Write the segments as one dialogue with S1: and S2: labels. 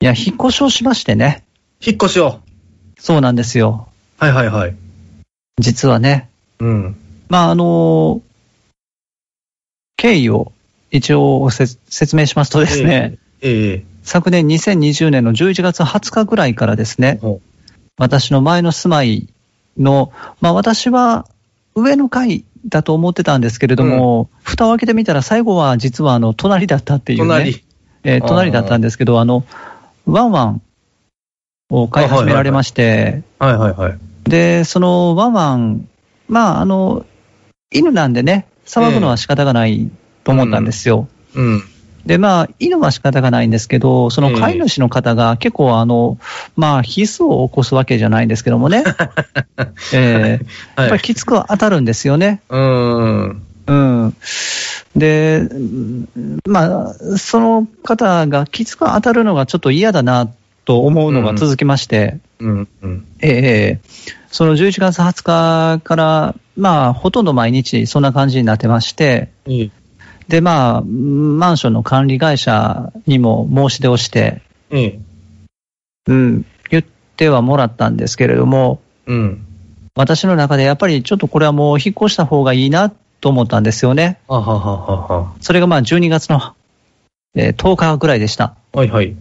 S1: や、引っ越しをしましてね。
S2: 引っ越しを。
S1: そうなんですよ。
S2: はいはいはい。
S1: 実はね。
S2: うん。
S1: まあ、あの経緯を一応せ説明しますとですね、
S2: ええ。
S1: 昨年2020年の11月20日ぐらいからですね、
S2: ほ
S1: 私の前の住まいの、まあ私は上の階だと思ってたんですけれども、蓋を開けてみたら最後は実はあの隣だったっていうね、
S2: 隣。
S1: えー隣だったんですけど、あの、ワンワンを買い始められまして、
S2: はいはいはい。
S1: で、そのワンワン、まああの、犬なんでね、騒ぐのは仕方がないと思ったんですよ。
S2: うん。
S1: で、まあ、犬は仕方がないんですけど、その飼い主の方が結構、あの、まあ、ヒスを起こすわけじゃないんですけど もね。 ええやっぱ
S2: はい
S1: り。きつく当たるんですよね。
S2: うーん。
S1: うん。で、うんまあ、その方がきつく当たるのがちょっと嫌だなと思うのが続きまして、
S2: うん。うん。
S1: ええその11月20日から、まあ、ほとんど毎日そんな感じになってまして、
S2: いい。
S1: で、まあ、マンションの管理会社にも申し出をして、
S2: ええ。
S1: うん、言ってはもらったんですけれども、
S2: うん。
S1: 私の中でやっぱりちょっとこれはもう引っ越した方がいいなと思ったんですよね。
S2: ははははは。
S1: それがまあ12月の、えー10日ぐらいでした。
S2: はいはい。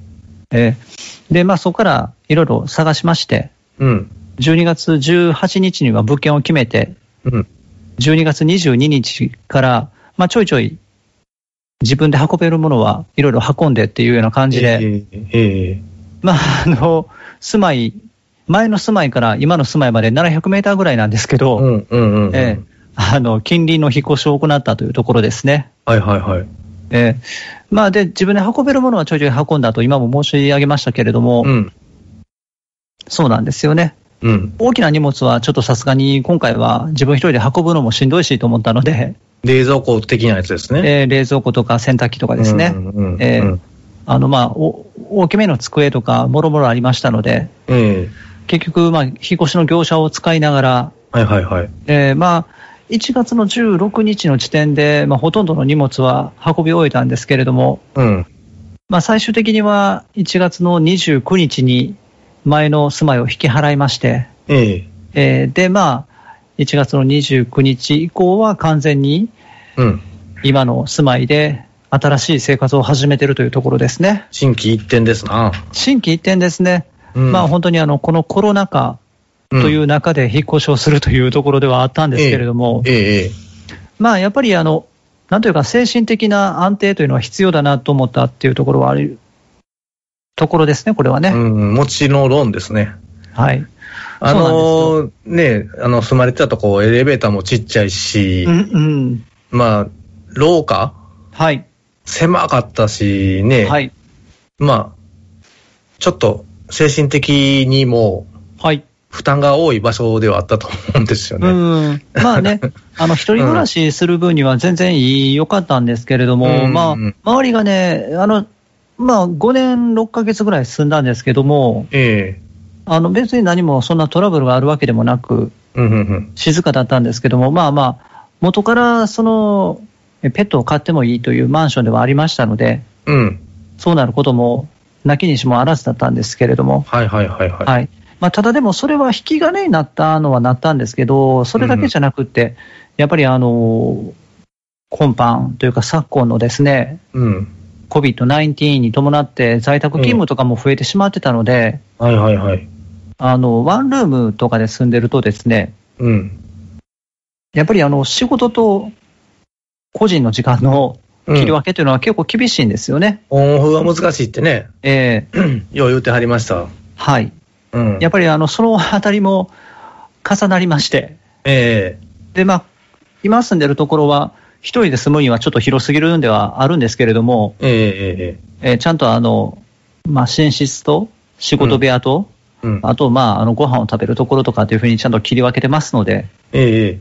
S1: えーで、まあそこからいろいろ探しまして、
S2: うん。
S1: 12月18日には物件を決めて、
S2: うん。
S1: 12月22日から、まあちょいちょい自分で運べるものはいろいろ運んでっていうような感じで、
S2: ええ。ええ。
S1: まあ、あの、住まい、前の住まいから今の住まいまで700メーターぐらいなんですけど、
S2: うんうんうんうん。
S1: ええあの、近隣の引っ越しを行ったというところですね。
S2: はいはいはい。
S1: ええまあ、で、自分で運べるものはちょいちょい運んだと今も申し上げましたけれども、
S2: うん。
S1: そうなんですよね。
S2: うん。
S1: 大きな荷物はちょっとさすがに今回は自分一人で運ぶのもしんどいしと思ったので、
S2: 冷蔵庫的なやつですね。
S1: ええ冷蔵庫とか洗濯機とかですね、
S2: うんうんうん。
S1: ええあの、まあ、お大きめの机とかもろもろありましたので、
S2: ええ。
S1: 結局、まあ、引っ越しの業者を使いながら、
S2: はいはいはい。
S1: えーまあ、1月の16日の時点で、まあ、ほとんどの荷物は運び終えたんですけれども、
S2: うん。
S1: まあ、最終的には1月の29日に前の住まいを引き払いまして、
S2: ええ。
S1: えーで、まあ、1月の29日以降は完全に
S2: うん。
S1: 今の住まいで新しい生活を始めているというところですね。
S2: 新規一点ですな。
S1: 新規一点ですね。
S2: うん
S1: まあ本当にあの、このコロナ禍という中で引っ越しをするというところではあったんですけれども、
S2: ええ、ええ。
S1: まあ、やっぱりあの、なんというか、精神的な安定というのは必要だなと思ったっていうところはあるところですね、これはね。
S2: うん、もちのローンですね。
S1: はい。
S2: あの、ね、あの、住まれてたとこ、エレベーターもちっちゃいし、
S1: うんうん。
S2: まあ、廊下
S1: はい。
S2: 狭かったし、ね、
S1: はい。
S2: まあ、ちょっと、精神的にも
S1: はい。
S2: 負担が多い場所ではあったと思うんですよ
S1: う
S2: ね。
S1: ん。まあ ね、あの、一人暮らしする分には全然いい、良かったんですけれども、
S2: うん
S1: まあ、周りがね、あの、まあ、5年6ヶ月ぐらい住んだんですけども、
S2: ええ。
S1: あの、別に何もそんなトラブルがあるわけでもなく、
S2: うん、うん、うん。
S1: 静かだったんですけども、まあまあ、元からそのえペットを飼ってもいいというマンションではありましたので、
S2: うん。
S1: そうなることも、なきにしもあらずだったんですけれども、
S2: はいはいはいはい。
S1: はいまあ、ただでも、それは引き金になったのはなったんですけど、それだけじゃなくって、やっぱりあの今般というか、昨今のですね、
S2: うん。
S1: COVID-19 に伴って在宅勤務とかも増えてしまってたので、
S2: はいはいはい。
S1: あのワンルームとかで住んでるとですね、
S2: うん。
S1: やっぱりあの仕事と個人の時間の切り分けというのは結構厳しいんですよね。
S2: オンオフが難しいってね、
S1: えー
S2: よう言ってはりました。
S1: はい。
S2: うん。
S1: やっぱりあの、そのあたりも重なりまして。
S2: ええ。
S1: で、まあ、今住んでるところは、一人で住むにはちょっと広すぎるんではあるんですけれども、
S2: ええ、ええ。
S1: えーちゃんとあの、まあ、寝室と仕事部屋と、
S2: うん。
S1: あと、まあ、あの、ご飯を食べるところとかっていうふうにちゃんと切り分けてますので、
S2: え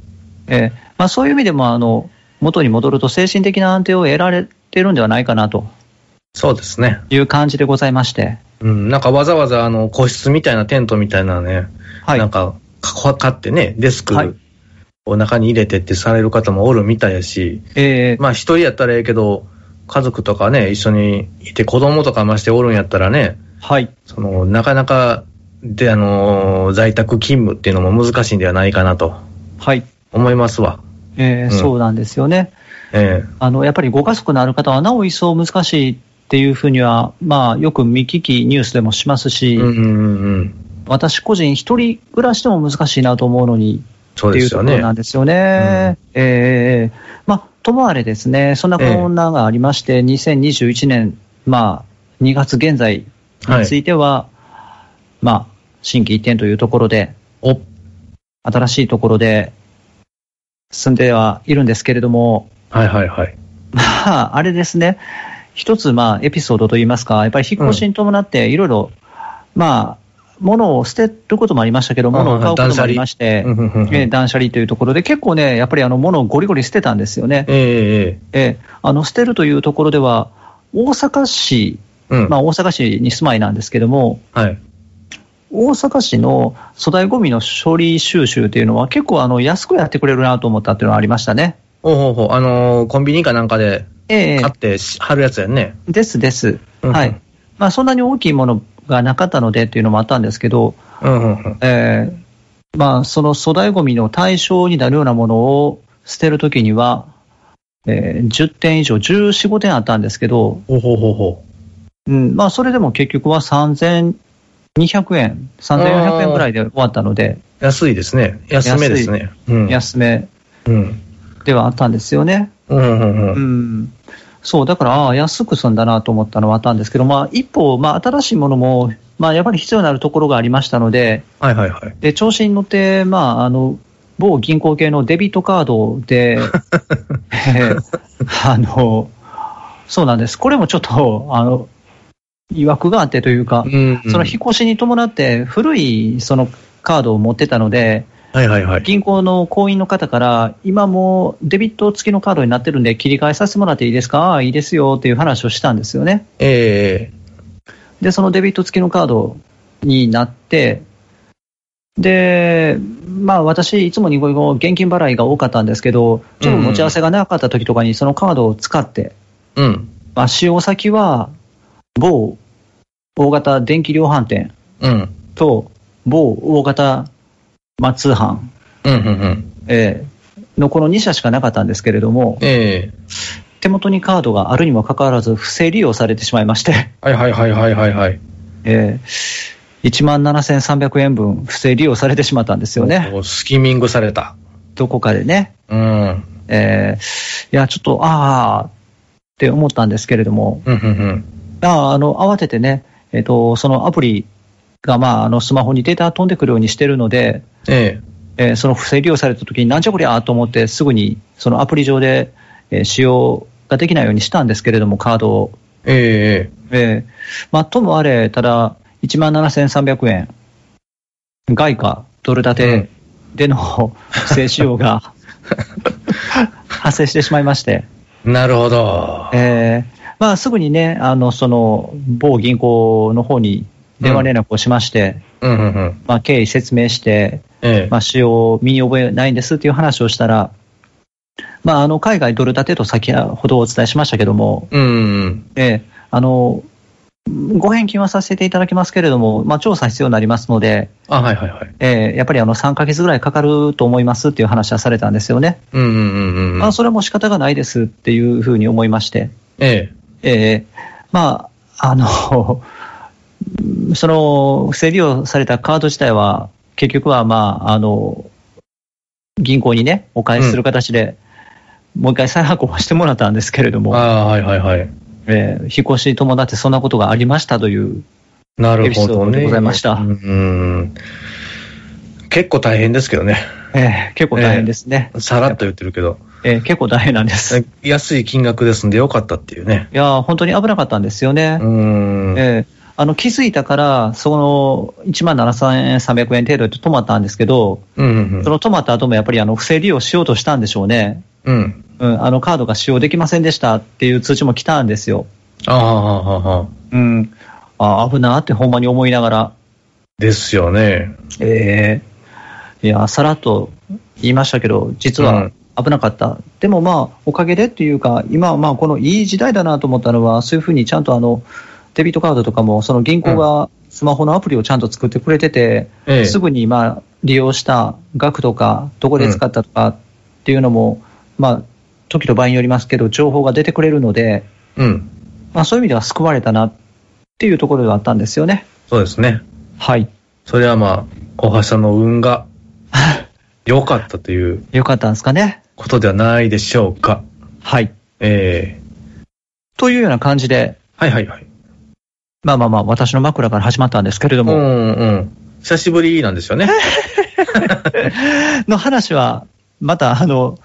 S2: え、
S1: えーまあ、そういう意味でも、あの、元に戻ると精神的な安定を得られてるんではないかなと
S2: そうですね。
S1: いう感じでございまして。
S2: うん、なんかわざわざあの個室みたいなテントみたいなね、
S1: はい。
S2: なんかか買ってね、デス
S1: はい
S2: クを中に入れてってされる方もおるみたいやし、
S1: えー
S2: まあ一人やったらええけど、家族とかね、一緒にいて子供とかましておるんやったらね、
S1: はい。
S2: その、なかなか、で、あのー在宅勤務っていうのも難しいんではないかなと
S1: はい。
S2: 思いますわ。
S1: えー
S2: ん
S1: そうなんですよね。
S2: え
S1: あの、やっぱりご家族のある方は、なお一層難しいっていうふうには、まあ、よく見聞きニュースでもします
S2: え
S1: し、
S2: うんうんうん。
S1: 私個人一人暮らしでも難しいなと思うのに、
S2: そう
S1: って
S2: で
S1: いうと
S2: すよ
S1: ころ
S2: ね
S1: な。んですよね。ええええまあ、ともあれですね、そんなこんながありまして、2021年、まあ、2月現在については、まあ、新規移転というところで、
S2: お、
S1: 新しいところで住んではいるんですけれども、
S2: はいはいはい。
S1: まあ、あれですね、一つ、まあ、エピソードといいますか、やっぱり引っ越しに伴って、いろいろ、まあ、物を捨てることもありましたけど、
S2: うん
S1: 物を買うこともありまして、
S2: うんうんうんうん
S1: えー断捨離というところで、結構ね、やっぱりあの物をゴリゴリ捨てたんですよね。
S2: えええ
S1: えーあの捨てるというところでは、大阪市、
S2: えうん。
S1: まあ、大阪市に住まいなんですけども、
S2: はい。
S1: 大阪市の粗大ごみの処理収集というのは、結構あの安くやってくれるなと思ったっていうのはありましたね。
S2: おうほうほう、あのーコンビニかなんかで
S1: ええ
S2: 買ってし貼るやつやんね。
S1: ですです。
S2: うんうん
S1: はい。まあ、そんなに大きいものがなかったのでっていうのもあったんですけど、
S2: うんうんうん。
S1: えーまあ、その粗大ごみの対象になるようなものを捨てるときには、えー10点以上、14、5点あったんですけど、
S2: おうほうほうほ
S1: うんまあ、それでも結局は3200円、3400円ぐらいで終わったので、
S2: う。安いですね。安めですね。うん。
S1: 安め
S2: うん。
S1: ではあったんですよね。
S2: うんうんう。
S1: うんん、そう、だから、ああ安く済んだなと思ったのはあったんですけど、まあ、一方、まあ、新しいものも、まあ、やっぱり必要になるところがありましたので、
S2: はいはいはい。
S1: で、調子に乗って、まあ、あの、某銀行系のデビットカード で、えーあの、そうなんです。これもちょっと、あの、疑惑があってというか、
S2: うん、うん。
S1: その引っ越しに伴って古いそのカードを持ってたので、
S2: はいはいはい。
S1: 銀行の行員の方から、今もうデビット付きのカードになってるんで、切り替えさせてもらっていいですかああいいですよっていう話をしたんですよね。
S2: ええ
S1: で、そのデビット付きのカードになって、で、まあ私、いつもにごいご現金払いが多かったんですけど、ちょっと持ち合わせがなかった時とかにそのカードを使って、
S2: うん。
S1: まあ使用先は、某大型電気量販店
S2: うん。
S1: と、某大型、まあ、通販、
S2: うんうんうん。
S1: えーのこの2社しかなかったんですけれども、
S2: ええ
S1: 手元にカードがあるにもかかわらず、不正利用されてしまいまして、
S2: はいはいはいはいはいはい。
S1: え1万7300円分不正利用されてしまったんですよね、
S2: お。スキミングされた。
S1: どこかでね。
S2: うん。うん
S1: えーいや、ちょっと、あーって思ったんですけれども、
S2: うんうん。
S1: あーあの慌ててね、えっと、そのアプリが、まあ、あのスマホにデータ飛んでくるようにしてるので、え
S2: え
S1: ーその不正利用された時に、なんじゃこりゃーと思って、すぐにそのアプリ上で、えー使用ができないようにしたんですけれども、カードを。
S2: えええ
S1: ええまあ、ともあれ、ただ、1万7300円、外貨、ドル建てでの不正使用 が発生してしまいまして、
S2: なるほど。
S1: ええまあ、すぐにね、あの、その、某銀行の方に電話連絡をしまして、
S2: うんうんうん。
S1: まあ、経緯説明して、
S2: ええ
S1: まあ、使用身に覚えないんですっていう話をしたら、まあ、あの、海外ドル建てと先ほどお伝えしましたけども、
S2: うんうん。
S1: ええ、あの、ご返金はさせていただきますけれども、まあ、調査必要になりますので、
S2: あ、はいはいはい。
S1: ええ、やっぱりあの3ヶ月ぐらいかかると思いますっていう話はされたんですよね。
S2: うんうんうんうん。
S1: まあ、それはもう仕方がないですっていうふうに思いまして、
S2: え
S1: ええ、まあ、あの、うんその、不正利用されたカード自体は、結局はまあ、あの、銀行にね、お返しする形で、もう一回再発行はしてもらったんですけれど
S2: え。
S1: も、
S2: ああ、はいはいはい。
S1: ええ、引っ越しに伴ってそんなことがありましたという
S2: なる
S1: エピソ
S2: ほ
S1: ー
S2: ど
S1: ド
S2: ね。
S1: でございました
S2: うんうん。結構大変ですけどね。
S1: ええ結構大変ですね。
S2: さらっと言ってるけど。
S1: ええ結構大変なんです。い
S2: 安い金額ですんでよかったっていうね。
S1: やー、本当に危なかったんですよね
S2: う。ん。
S1: ええあの気づいたから、その1万7300円程度で止まったんですけど、
S2: うんうん
S1: その止まった後もやっぱりあの不正利用しようとしたんでしょうね。
S2: うん。うん。
S1: うん、あのカードが使用できませんでしたっていう通知も来たんですよ。
S2: ああ、はあ、はあ。
S1: うん。ああ、危なーってほんまに思いながら。
S2: ですよね。
S1: ええいや、さらっと言いましたけど、実
S2: う
S1: は
S2: ん
S1: 危なかった。でもまあ、おかげでっていうか、今はまあ、このいい時代だなと思ったのは、そういうふうにちゃんとあの、デビットカードとかも、その銀行がスマホのアプリをちゃんと作ってくれてて、
S2: ええ
S1: すぐにまあ利用した額とか、どこで使ったとかっていうのも、まあ、時と場合によりますけど、情報が出てくれるので、
S2: うん。
S1: まあ、そういう意味では救われたなっていうところではあったんですよね。
S2: そうですね。
S1: はい。
S2: それはまあ、大橋さんの運が良かったという
S1: よかったんですかね。
S2: ことではないでしょうか。
S1: はい。
S2: ええ
S1: というような感じで、
S2: はいはいはい。
S1: まあまあまあ、私の枕から始まったんですけれど
S2: う
S1: も、
S2: んうん。久しぶりなんですよね。
S1: の話は、また、あの、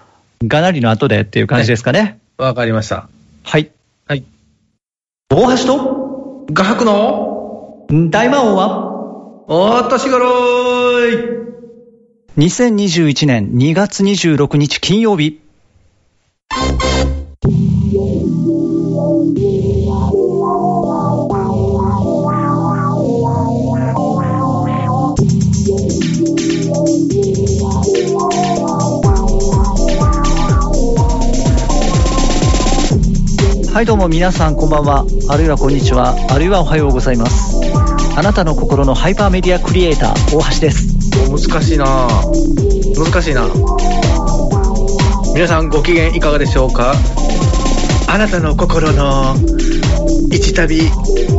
S1: がなりの後でっていう感じですかね。
S2: わかりました。
S1: はい。
S2: はい。
S1: 大橋
S2: 画伯の
S1: と大魔王は
S2: お年頃い
S1: ?2021 年2月26日金曜日。はいどうも皆さんこんばんはあるいはこんにちはあるいはおはようございますあなたの心のハイパーメディアクリエイター大橋です
S2: 難しいな難しいな皆さんご機嫌いかがでしょうかあなたの心の一旅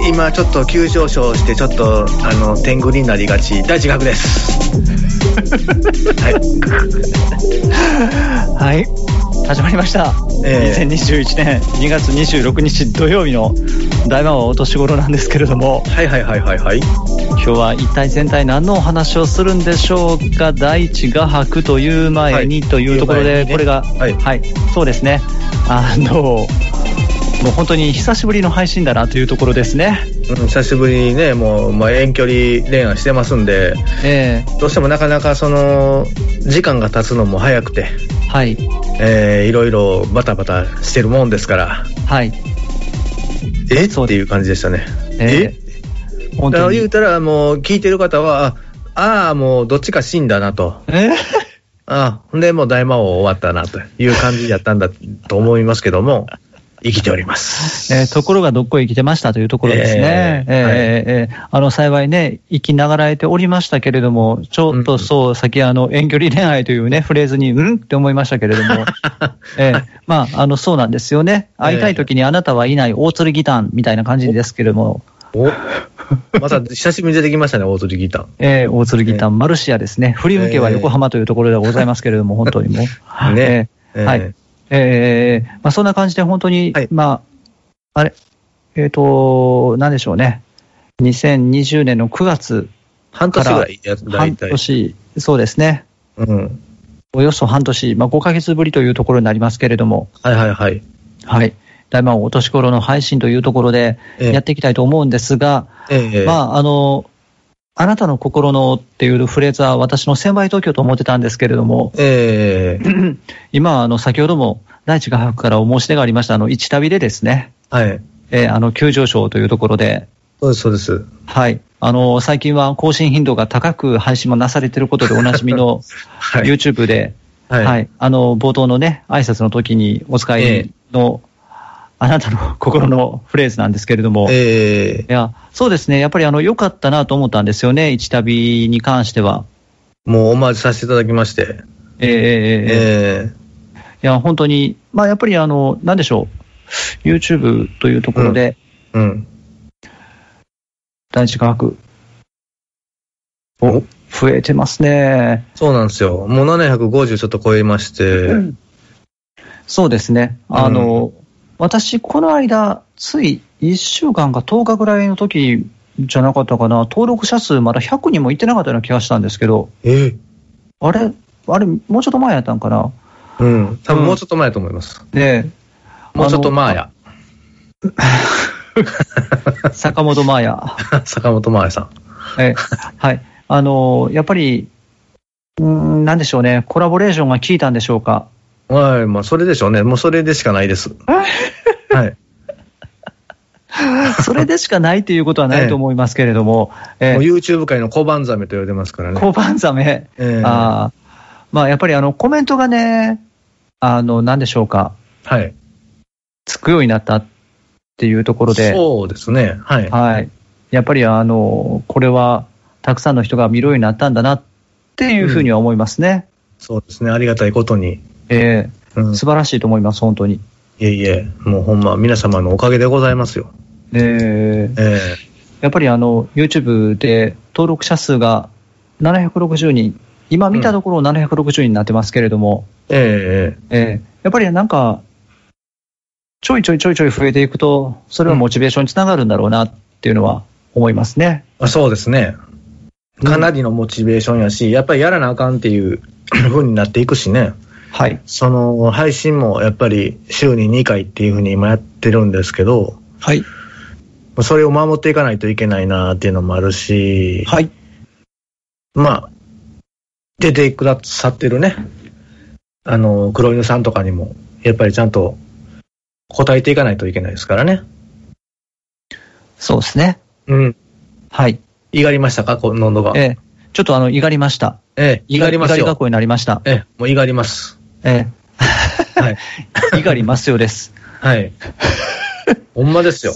S2: 今ちょっと急上昇してちょっとあの天狗になりがち大地学ですはい
S1: はい始まりました、
S2: ええ
S1: 2021年2月26日土曜日の大魔王お年頃なんですけれども
S2: はいはいはいはいはい
S1: 今日は一体全体何のお話をするんでしょうか第一画伯という前に
S2: はい
S1: というところ
S2: という
S1: で
S2: 前にね
S1: これが
S2: はい
S1: そうですねあのもう本当に久しぶりの配信だなというところですね
S2: うん久しぶりにねもう、まあ、遠距離恋愛してますんで
S1: ええ
S2: どうしてもなかなかその時間が経つのも早くて
S1: はい
S2: えー、いろいろバタバタしてるもんですから、
S1: はい
S2: えっ
S1: そう
S2: ていう感じでしたね。
S1: ええ本
S2: だか
S1: 当
S2: ら言
S1: に
S2: うたら、もう聞いてる方は、ああー、もうどっちか死んだなと。
S1: ええ
S2: ああ、ほんでもう大魔王終わったなという感じだったんだと思いますけど も、生きております。
S1: えーところがどっこい生きてましたというところですね。
S2: えー
S1: えー
S2: はい
S1: えーえーあの、幸いね、生きながらえておりましたけれども、ちょっとそう、先あの、遠距離恋愛というね、フレーズに、うんって思いましたけれど も、えーまあ、あの、そうなんですよね。会いたい時にあなたはいない大鶴ギターみたいな感じですけれども、
S2: おまた久しぶりに出てきましたね、大鳥ギター。
S1: えー大鶴ギター、マルシアですね。振り向けば横浜というところではございますけれども、本当にもう。
S2: ね
S1: えーは
S2: えー
S1: い。えーまあ、そんな感じで本当に、
S2: はい
S1: まあ、あれ、えっ、と、なんでしょうね。2020年の9月、
S2: 半年ぐらいや、だ
S1: 半
S2: いたい。
S1: 年、そうですね。
S2: うん。
S1: およそ半年、まあ、5ヶ月ぶりというところになりますけれども、
S2: はいはいはい。
S1: はい。大魔王お年頃の配信というところで
S2: ええ
S1: やっていきたいと思うんですが、
S2: ええ
S1: まあ、あの、あなたの心のっていうフレーズは私の1000倍東京と思ってたんですけれども、
S2: ええ
S1: 今、あの、先ほども大地画伯からお申し出がありました、あの、一旅でですね、
S2: はい。
S1: えーあの、急上昇というところで、
S2: そうです、そうです。
S1: はい。あの、最近は更新頻度が高く配信もなされていることでおなじみの
S2: はい。
S1: YouTube で、
S2: はい
S1: あの、冒頭のね、挨拶の時にお使
S2: え
S1: いの、あなたの心のフレーズなんですけれども、い
S2: ええ
S1: や、そうですね。やっぱりあの、良かったなと思ったんですよね。一旅に関しては。
S2: もうお待ちさせていただきまして。
S1: えーえーえーえー
S2: え
S1: いや、本当に、まあ、やっぱりあの、なんでしょう。YouTube というところで、
S2: えうん。
S1: 第一科学
S2: お
S1: 増えてますね。
S2: そうなんですよ。もう750ちょっと超えまして。
S1: そうですね。あの、私、この間、つい1週間か10日ぐらいの時じゃなかったかな、登録者数まだ100人もいってなかったような気がしたんですけど、
S2: ええ
S1: あれ、あれ、もうちょっと前やったんかな。
S2: うん。多分もうちょっと前やと思います。
S1: で、
S2: もうちょっと前や。
S1: 坂本 真也。
S2: 坂本真綾さん。
S1: えはい。あの、やっぱり、うーん、なんでしょうね、コラボレーションが効いたんでしょう か。
S2: はい、まあそれでしょうね。もうそれでしかないです。はい。
S1: それでしかないということはないと思いますけれども、え
S2: もう
S1: ー、
S2: YouTube 界の小判ザメと言われてますからね。
S1: 小判ザメ、
S2: ええ
S1: あーまあ、やっぱりあのコメントがね、あの、なんでしょうか、
S2: はい。
S1: つくようになったっっていうところで、
S2: そうですね。はい。
S1: はい、やっぱりあのこれはたくさんの人が見るようになったんだなっていうふうには思いますね。
S2: そうですね。ありがたいことに。
S1: え
S2: うん
S1: ー、素晴らしいと思います、本当に。
S2: いえいえ、もうほんま皆様のおかげでございますよ。
S1: えー
S2: え
S1: やっぱりあの YouTube で登録者数が760人、今見たところ760人になってますけれども、
S2: え
S1: えー
S2: え
S1: やっぱりなんか、ちょいちょいちょいちょい増えていくと、それはモチベーションにつながるんだろうなっていうのは思いますね。
S2: えあそうですね。かなりのモチベーションやし、やっぱりやらなあかんっていう 風になっていくしね。
S1: はい。
S2: その配信もやっぱり週に2回っていう風に今やってるんですけど、
S1: はい。
S2: それを守っていかないといけないなっていうのもあるし、
S1: はい。
S2: まあ、出てくださってるね、あの、黒犬さんとかにも、やっぱりちゃんと答えていかないといけないですからね。
S1: そうですね。
S2: うん。
S1: はい。
S2: いがりましたか、こののが。
S1: ええちょっとあの、いがりました。
S2: ええ、いがりま
S1: い
S2: す
S1: がり
S2: よ
S1: 学。校になりました。
S2: ええ、もういがり ます。
S1: え
S2: はい。
S1: えいがりますよです。
S2: はい。ほんまですよ。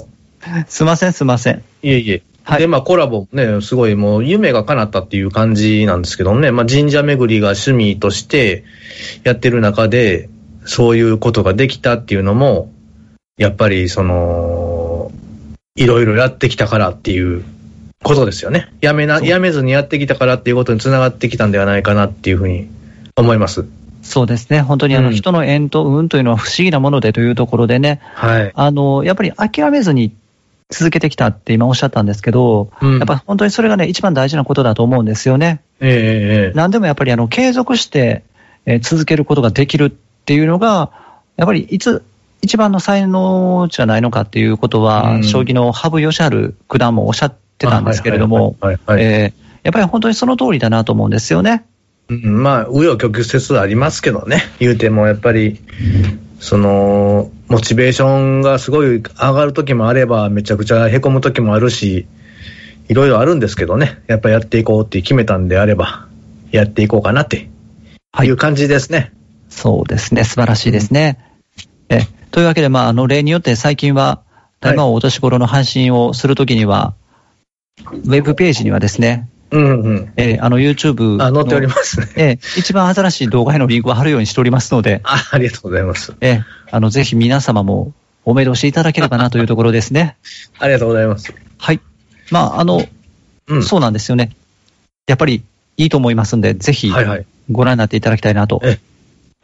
S1: すいません、すいません。
S2: いえいえ。
S1: はい
S2: で、まあコラボもね、すごいもう夢が叶ったっていう感じなんですけどね、まあ神社巡りが趣味としてやってる中で、そういうことができたっていうのも、やっぱりその、いろいろやってきたからっていうことですよね。やめな、
S1: そう
S2: やめずにやってきたからっていうことにつながってきたんではないかなっていうふうに思います。
S1: そうですね。本当にあの、
S2: うん
S1: 人の縁と運というのは不思議なものでというところでね、
S2: はい。
S1: あの、やっぱり諦めずに続けてきたって今おっしゃったんですけど、
S2: うん
S1: やっぱ本当にそれがね、一番大事なことだと思うんですよね。
S2: ええええ
S1: 何でもやっぱりあの、継続して、えー続けることができるっていうのが、やっぱりいつ、一番の才能じゃないのかっていうことは、
S2: うん
S1: 将棋の羽生善治九段もおっしゃってたんですけれども、
S2: あはいはいはいはいはい
S1: えーやっぱり本当にその通りだなと思うんですよね。
S2: うんまあ、紆余曲折ありますけどね。言うても、やっぱり、その、モチベーションがすごい上がる時もあれば、めちゃくちゃ凹む時もあるし、いろいろあるんですけどね。やっぱやっていこうって決めたんであれば、やっていこうかなって
S1: はい
S2: い。う感じですね。
S1: そうですね、素晴らしいですね。えというわけで、まあ、あの例によって最近は、大魔王お年頃の配信をするときには、ウェブページにはですね、
S2: うんうん。
S1: えーあの YouTube の
S2: あ、載っておりま すね。
S1: えー一番新しい動画へのリンクを貼るようにしておりますので、
S2: あありがとうございます。
S1: えーあのぜひ皆様もお目通しいただければなというところです ね。
S2: ありがとうございます。
S1: はい。まあ、あの、
S2: うん。
S1: そうなんですよね。やっぱりいいと思いますんで、ぜひ
S2: はいはい。
S1: ご覧になっていただきたいなと
S2: え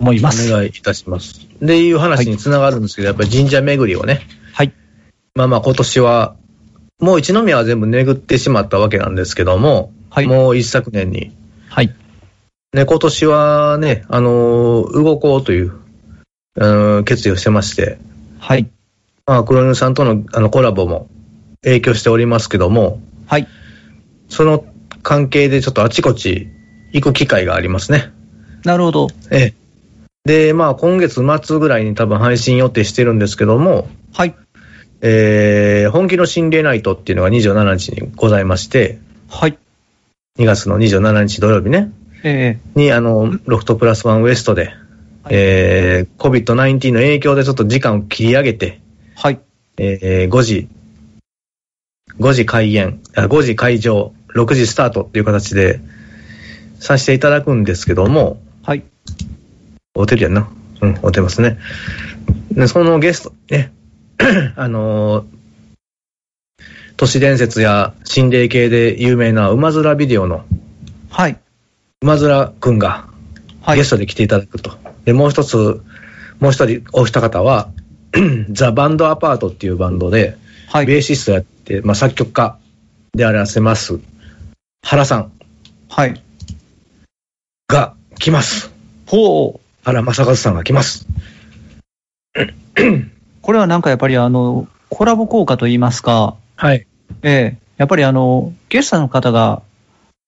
S1: 思い
S2: お
S1: ます。
S2: 願いいたします。でいう話につながるんですけど、やっぱり神社巡りをね、
S1: はい。
S2: まあまあ今年は、もう一宮は全部巡ってしまったわけなんですけども、
S1: はい
S2: もう一昨年に。
S1: はい。
S2: ね、今年はね、あのー動こうという、うん、決意をしてまして、
S1: はい。
S2: まあ黒犬さんとのあのコラボも影響しておりますけども、
S1: はい。
S2: その関係でちょっとあちこち行く機会がありますね。
S1: なるほど。
S2: ええ。で、まあ今月末ぐらいに多分配信予定してるんですけども、
S1: はい。
S2: えー、本気の心霊ナイトっていうのが27日にございまして、
S1: はい。
S2: 2月の27日土曜日ね、
S1: え
S2: に、あの、ロフトプラスワンウエストで、
S1: はい
S2: えー、COVID-19 の影響でちょっと時間を切り上げて、
S1: えはい。
S2: えー、5時、5時開演、あ5時会場、6時スタートっていう形で、させていただくんですけども、
S1: はい。
S2: おてるやんな。うん、おてますね。で、そのゲスト、ね、 あのー都市伝説や心霊系で有名な馬面ビデオの
S1: はい。
S2: 馬面くんが
S1: はい。
S2: ゲストで来ていただくと。で、もう一つ、もう一人、お二方は、 ザ・バンド・アパートっていうバンドで、
S1: は
S2: ベー
S1: い。
S2: シストやって、まあ、作曲家であらせます、原さん
S1: はい。
S2: が来ます。
S1: ほう。
S2: 原正和さんが来ます。
S1: これはなんかやっぱりあの、コラボ効果といいますか、
S2: はい。
S1: ええやっぱりあの、ゲストの方が、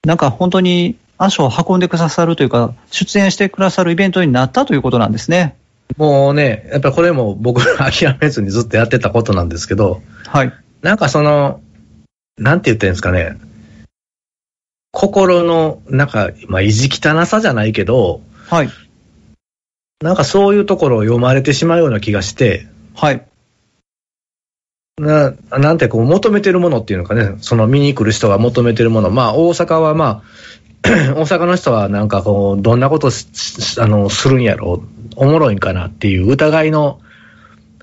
S1: なんか本当に足を運んでくださるというか、出演してくださるイベントになったということなんですね。
S2: もうね、やっぱりこれも僕ら諦めずにずっとやってたことなんですけど、
S1: はい。
S2: なんかその、なんて言ってるんですかね、心の、なんか、まあ、意地汚さじゃないけど、
S1: はい。
S2: なんかそういうところを読まれてしまうような気がして、
S1: はい。
S2: な、なんてこう、求めてるものっていうのかね、その見に来る人が求めてるもの。まあ、大阪はまあ、 大阪の人はなんかこう、どんなことししあの、するんやろう、おもろいんかなっていう疑いの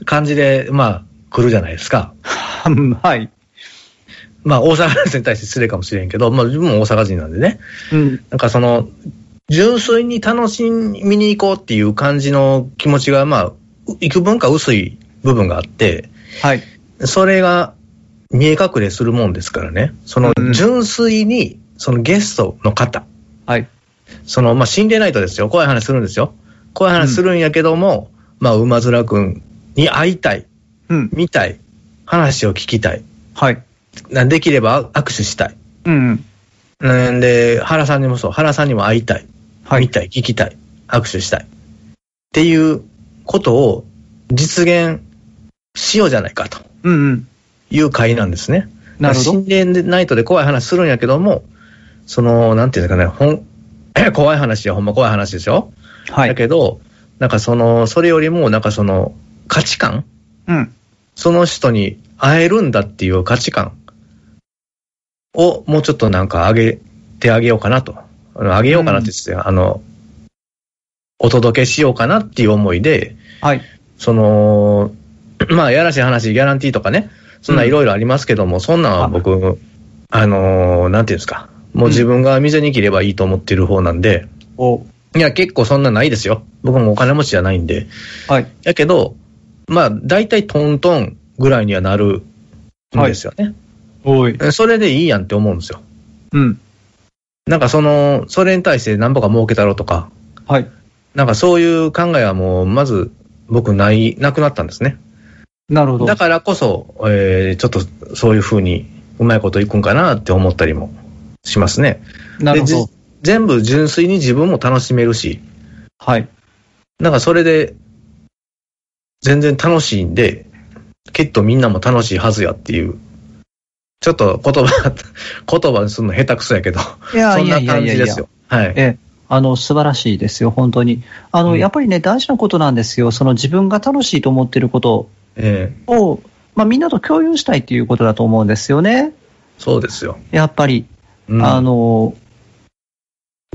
S2: 感じで、まあ、来るじゃないですか。
S1: はい。
S2: まあ、大阪の人に対して失礼かもしれんけど、まあ、自分も大阪人なんでね。
S1: うん。
S2: なんかその、純粋に楽しみに行こうっていう感じの気持ちが、まあ、う幾分か薄い部分があって、
S1: はい。
S2: それが見え隠れするもんですからね。その
S1: うん、
S2: 純粋に、そのゲストの方、
S1: はい。
S2: その、まあ、心霊ナイトですよ。怖い話するんですよ。怖い話するんやけども、まあ、馬面くんに会いたい、
S1: うん。
S2: 見たい、話を聞きたい、
S1: はい。
S2: なできれば握手したい。
S1: うん。
S2: うんで、原さんにもそう、原さんにも会いたい。
S1: はい
S2: 見。たい、聞きたい、握手したい。っていうことを実現しようじゃないかと
S1: うんうん。
S2: いう会なんですね。
S1: なるほど
S2: 心霊ナイトで怖い話するんやけども、その、なんていうんですかね、ほん、 怖い話よ、ほんま怖い話でしょ、
S1: は
S2: だ
S1: い。
S2: けど、なんかその、それよりも、なんかその、価値観
S1: うん。
S2: その人に会えるんだっていう価値観をもうちょっとなんか上げてあげようかなと。あの上げようかなって言ってたよ、あの、お届けしようかなっていう思いで、
S1: はい。
S2: その、 まあ、やらしい話、ギャランティーとかね、そんないろいろありますけども、そんなんは僕、あのーなんていうんですか、もう自分が水に切ればいいと思ってる方なんで、
S1: お
S2: いや、結構そんなないですよ。僕もお金持ちじゃないんで。
S1: はい。
S2: だけど、まあ、大体トントンぐらいにはなるんですよね。
S1: おい。
S2: それでいいやんって思うんですよ。
S1: うん。
S2: なんかその、それに対して何ぼか儲けたろうとか、
S1: はい。
S2: なんかそういう考えはもう、まず僕ない、なくなったんですね。
S1: なるほど。
S2: だからこそ、えー、ちょっとそういう風にうまいこといくんかなって思ったりもしますね。
S1: なるほ
S2: で
S1: ど
S2: じ。全部純粋に自分も楽しめるし、
S1: はい。
S2: なんかそれで、全然楽しいんで、きっとみんなも楽しいはずやっていう。ちょっと言葉、 言葉にするの下手くそやけど、
S1: いや
S2: そ
S1: い
S2: ん
S1: や
S2: ない
S1: や
S2: 感
S1: いや
S2: じ
S1: い
S2: で
S1: や
S2: す。よ。はい。
S1: ええ、あの、素晴らしいですよ、本当に。あの、
S2: うん
S1: やっぱりね、大事なことなんですよ。その自分が楽しいと思っていること
S2: ええ
S1: を、まあ、みんなと共有したいっていうことだと思うんですよね。
S2: そうですよ。
S1: やっぱり、
S2: うん
S1: あの、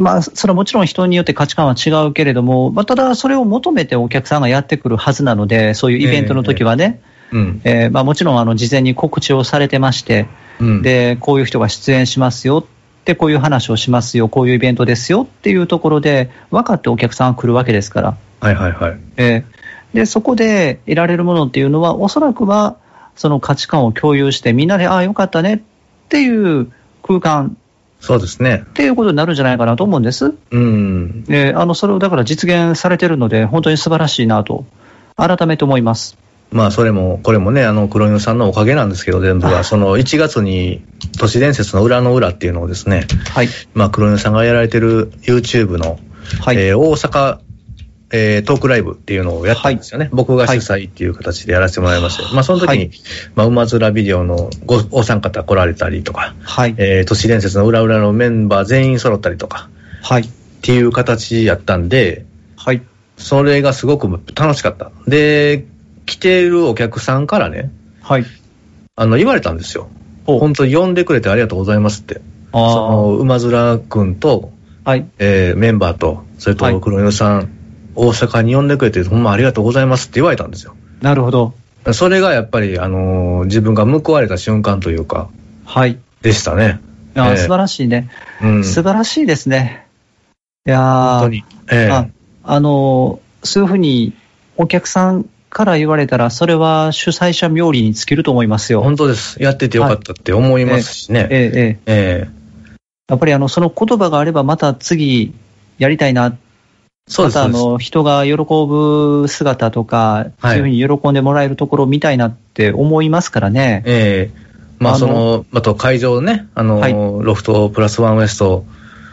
S1: まあ、それはもちろん人によって価値観は違うけれども、まあ、ただそれを求めてお客さんがやってくるはずなので、そういうイベントの時はね、
S2: うん。
S1: えーまあ、もちろんあの事前に告知をされてまして、
S2: うん、
S1: で、こういう人が出演しますよって、こういう話をしますよ、こういうイベントですよっていうところで、分かってお客さんが来るわけですから。
S2: はいはいはい。
S1: えーで、そこで得られるものっていうのは、おそらくは、その価値観を共有して、みんなで、ああ、よかったねっていう空間
S2: そうですね
S1: っ。ていうことになるんじゃないかなと思うんです。
S2: うん。
S1: えーあの、それをだから実現されてるので、本当に素晴らしいなと、改めて思います。
S2: まあ、それも、これもね、あの、黒犬さんのおかげなんですけど、全 部は。その、1月に、都市伝説の裏の裏っていうのをですね、
S1: はい。
S2: まあ、黒犬さんがやられてる YouTube の、
S1: はい。
S2: えー大阪、えートークライブっていうのをやったんですよね。僕が主催っていう形でやらせてもらいました、まあ、その時に、
S1: はい
S2: まあ、馬面ビデオのごお三方来られたりとか、
S1: はい。
S2: えー都市伝説の裏裏のメンバー全員揃ったりとか、
S1: はい。
S2: っていう形やったんで、
S1: はい。
S2: それがすごく楽しかった。で、来てるお客さんからね、
S1: はい。
S2: あの、言われたんですよ。
S1: お
S2: 本当に呼んでくれてありがとうございますって。
S1: あ
S2: そ
S1: ー
S2: の、馬面くんと、
S1: はい。
S2: えーメンバーと、それ
S1: は
S2: と
S1: い
S2: 黒犬さん、大阪に呼んでくれて、ほんまありがとうございますって言われたんですよ。
S1: なるほど。
S2: それがやっぱり、あのー自分が報われた瞬間というか、
S1: はい。
S2: でしたね。
S1: あー
S2: ええ
S1: 素晴らしいね。
S2: うん。
S1: 素晴らしいですね。いやー
S2: 本当に。ええ
S1: ああの、そういうふうにお客さんから言われたら、それは主催者冥利に尽きると思いますよ。
S2: 本当です。やっててよかったって思いますしね。
S1: ええ、ええ。
S2: ええ
S1: やっぱりあの、その言葉があればまた次やりたいな。
S2: そう
S1: ま
S2: です。
S1: たあ
S2: そう
S1: の、人が喜ぶ姿とか、
S2: は
S1: そうい
S2: い
S1: うふうに喜んでもらえるところを見たいなって思いますからね。
S2: ですええまあ、
S1: あの
S2: その、あと会場ね、あのー
S1: はい
S2: ロフトプラスワンウエスト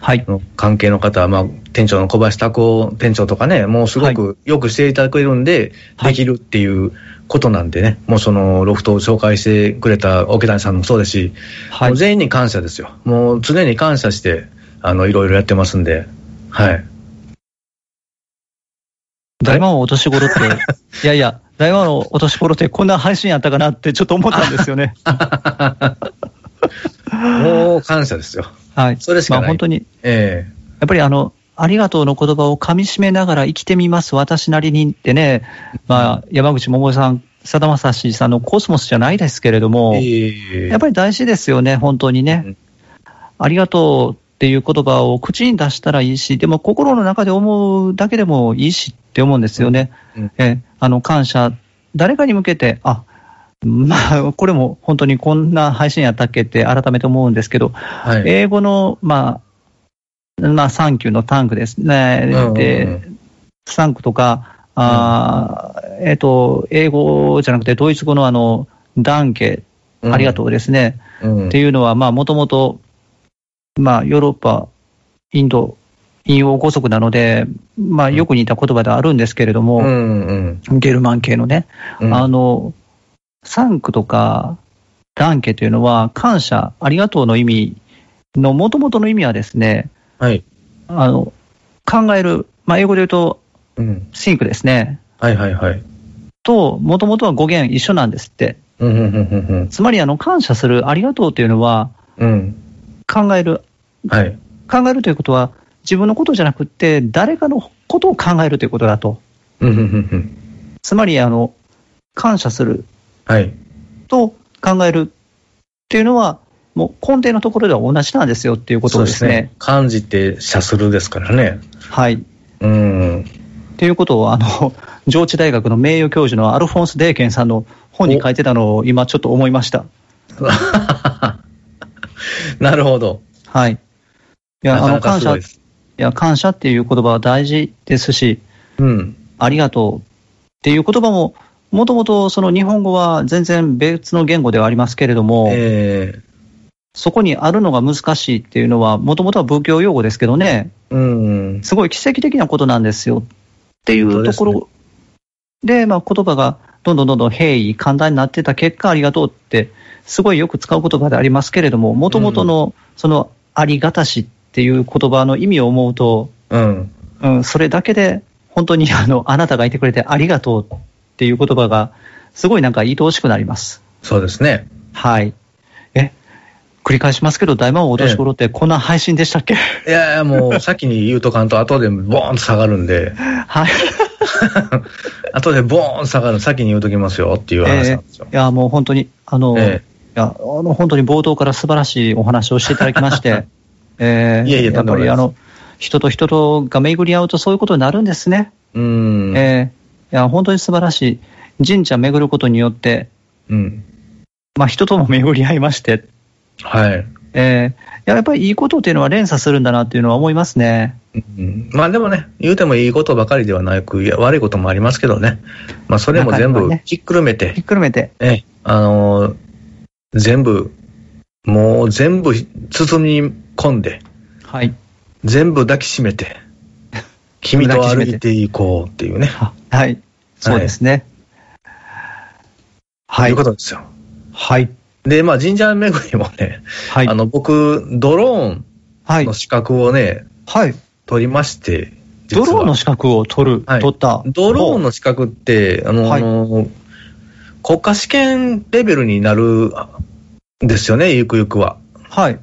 S1: はい。
S2: の関係の方、まあ、店長の小林拓夫店長とかね、もうすごくよくしていただけるんで、
S1: はい
S2: できるっていうことなんでね、もうそのロフトを紹介してくれた桶谷さんもそうですし、
S1: は
S2: も。
S1: いう
S2: 全員に感謝ですよ。もう常に感謝して、あの、いろいろやってますんで、はい。
S1: 大魔王お年頃って、いやいや、大魔のお年頃ってこんな配信やったかなってちょっと思ったんですよね。
S2: もう感謝ですよ。
S1: はい。
S2: それしかない
S1: まあ本当に、
S2: え
S1: やっぱりあの、ありがとうの言葉を噛み締めながら生きてみます、私なりにってね、まあ、山口百恵さん、さだまさしさんのコスモスじゃないですけれど
S2: え
S1: も、
S2: ええ
S1: やっぱり大事ですよね、本当にね。
S2: うん
S1: ありがとうっていう言葉を口に出したらいいし、でも心の中で思うだけでもいいしって思うんですよね。
S2: うん
S1: えあの感謝、誰かに向けて、あまあ、これも本当にこんな配信やったっけって改めて思うんですけど、
S2: はい。
S1: 英語の、まあ、まあ、サンキューのタンクですね。
S2: うん
S1: で、
S2: うん
S1: サンクとか、あーえっ、と、英語じゃなくて、ドイツ語のあの、ダンケ、ありがとうですね。
S2: うん。うん
S1: っていうのは、まあ、もともと、まあ、ヨーロッパ、インド、引用語族なので、まあ、よく似た言葉ではあるんですけれど
S2: う
S1: も、
S2: んうん
S1: ゲルマン系のね、
S2: うん。
S1: あの、サンクとか、ダンケというのは、感謝、ありがとうの意味の、もともとの意味はですね、
S2: はい。
S1: あの、考える、まあ、英語で言うと、
S2: うん。
S1: シンクですね、
S2: はいはいはい。
S1: と、もともとは語源一緒なんですって。
S2: うんうんうん
S1: つまり、あの、感謝する、ありがとうというのは、
S2: うんうん。
S1: 考える、
S2: うん。はい。
S1: 考えるということは、自分のことじゃなくって、誰かのことを考えるということだと。
S2: うんうんうんうん。
S1: つまり、あの、感謝する
S2: はい。
S1: と考えるっていうのは、もう根底のところでは同じなんですよっていうこと
S2: そう
S1: を
S2: で
S1: ですすね
S2: ね。。漢字って写するですからね。
S1: はい。っ
S2: うん。
S1: ていうことを、あの、上智大学の名誉教授のアルフォンス・デーケンさんの本に書いてたのを今ちょっと思いました。
S2: なるほど。
S1: はい。い
S2: な
S1: や、あ
S2: か
S1: の、
S2: なか
S1: 感
S2: す
S1: 謝、
S2: ごい
S1: い
S2: です。
S1: や、感謝っていう言葉は大事ですし、
S2: うん。
S1: ありがとうっていう言葉も、もともとその日本語は全然別の言語ではありますけれども、
S2: ええ
S1: そこにあるのが難しいっていうのは、もともとは仏教用語ですけどね、
S2: うん。
S1: すごい奇跡的なことなんですよっていうとこ
S2: 本
S1: ろで、まあ、言葉がどんどんどんどん平易、簡単になってた結果、ありがとうって、すごいよく使う言葉でありますけれども、もともとのそのありがたしっていう言葉の意味を思うと、
S2: うん。
S1: うん、それだけで、本当にあの、あなたがいてくれてありがとうっていう言葉が、すごいなんか愛おしくなります。
S2: そうですね。
S1: はい。え、繰り返しますけど、大魔王お年頃ってこんな配信でしたっけ、
S2: いやいや、もう、先に言うとかんと、後でボーンと下がる んで、
S1: はい。
S2: 後でボーンと下がる、先に言うときますよっていう話
S1: え
S2: なん
S1: ー
S2: ですよ
S1: い。や、もう本当に、あの、
S2: ええ
S1: いや、あの、本当に冒頭から素晴らしいお話をしていただきま して、えー
S2: いえいえ
S1: や
S2: と
S1: っ
S2: んで
S1: ぱ
S2: もない
S1: り
S2: です
S1: あの、人と人とが巡り合うとそういうことになるんですね。
S2: うん。
S1: えーいや、本当に素晴らしい。神社巡ることによって、
S2: うん。
S1: まあ、人とも巡り合いまして、
S2: はい。
S1: えーやっぱりいいことっていうのは連鎖するんだなっていうのは思いますね。
S2: うんまあでもね、言うてもいいことばかりではなく、いや悪いこともありますけどね、まあそれも全
S1: 中に
S2: 部
S1: はね
S2: ひっくるめて、
S1: ひっくるめて。
S2: ええあのー全部、もう全部包み込んで、
S1: はい。
S2: 全部抱きし めて、君と歩いていこうっていうね、
S1: ははい。そうですね。はいい。
S2: うことですよ。
S1: はい。
S2: で、まあ神社巡りもね、
S1: はい
S2: あ。の僕、ドローン
S1: はい
S2: の。資格をね、
S1: はい。
S2: 取りまして、実
S1: ドロ
S2: は
S1: ーンの資格を取る、
S2: はい
S1: 取った。
S2: ドローンの資格って、あの、
S1: はい
S2: あの国家試験レベルになるんですよね、ゆくゆくは。
S1: はい。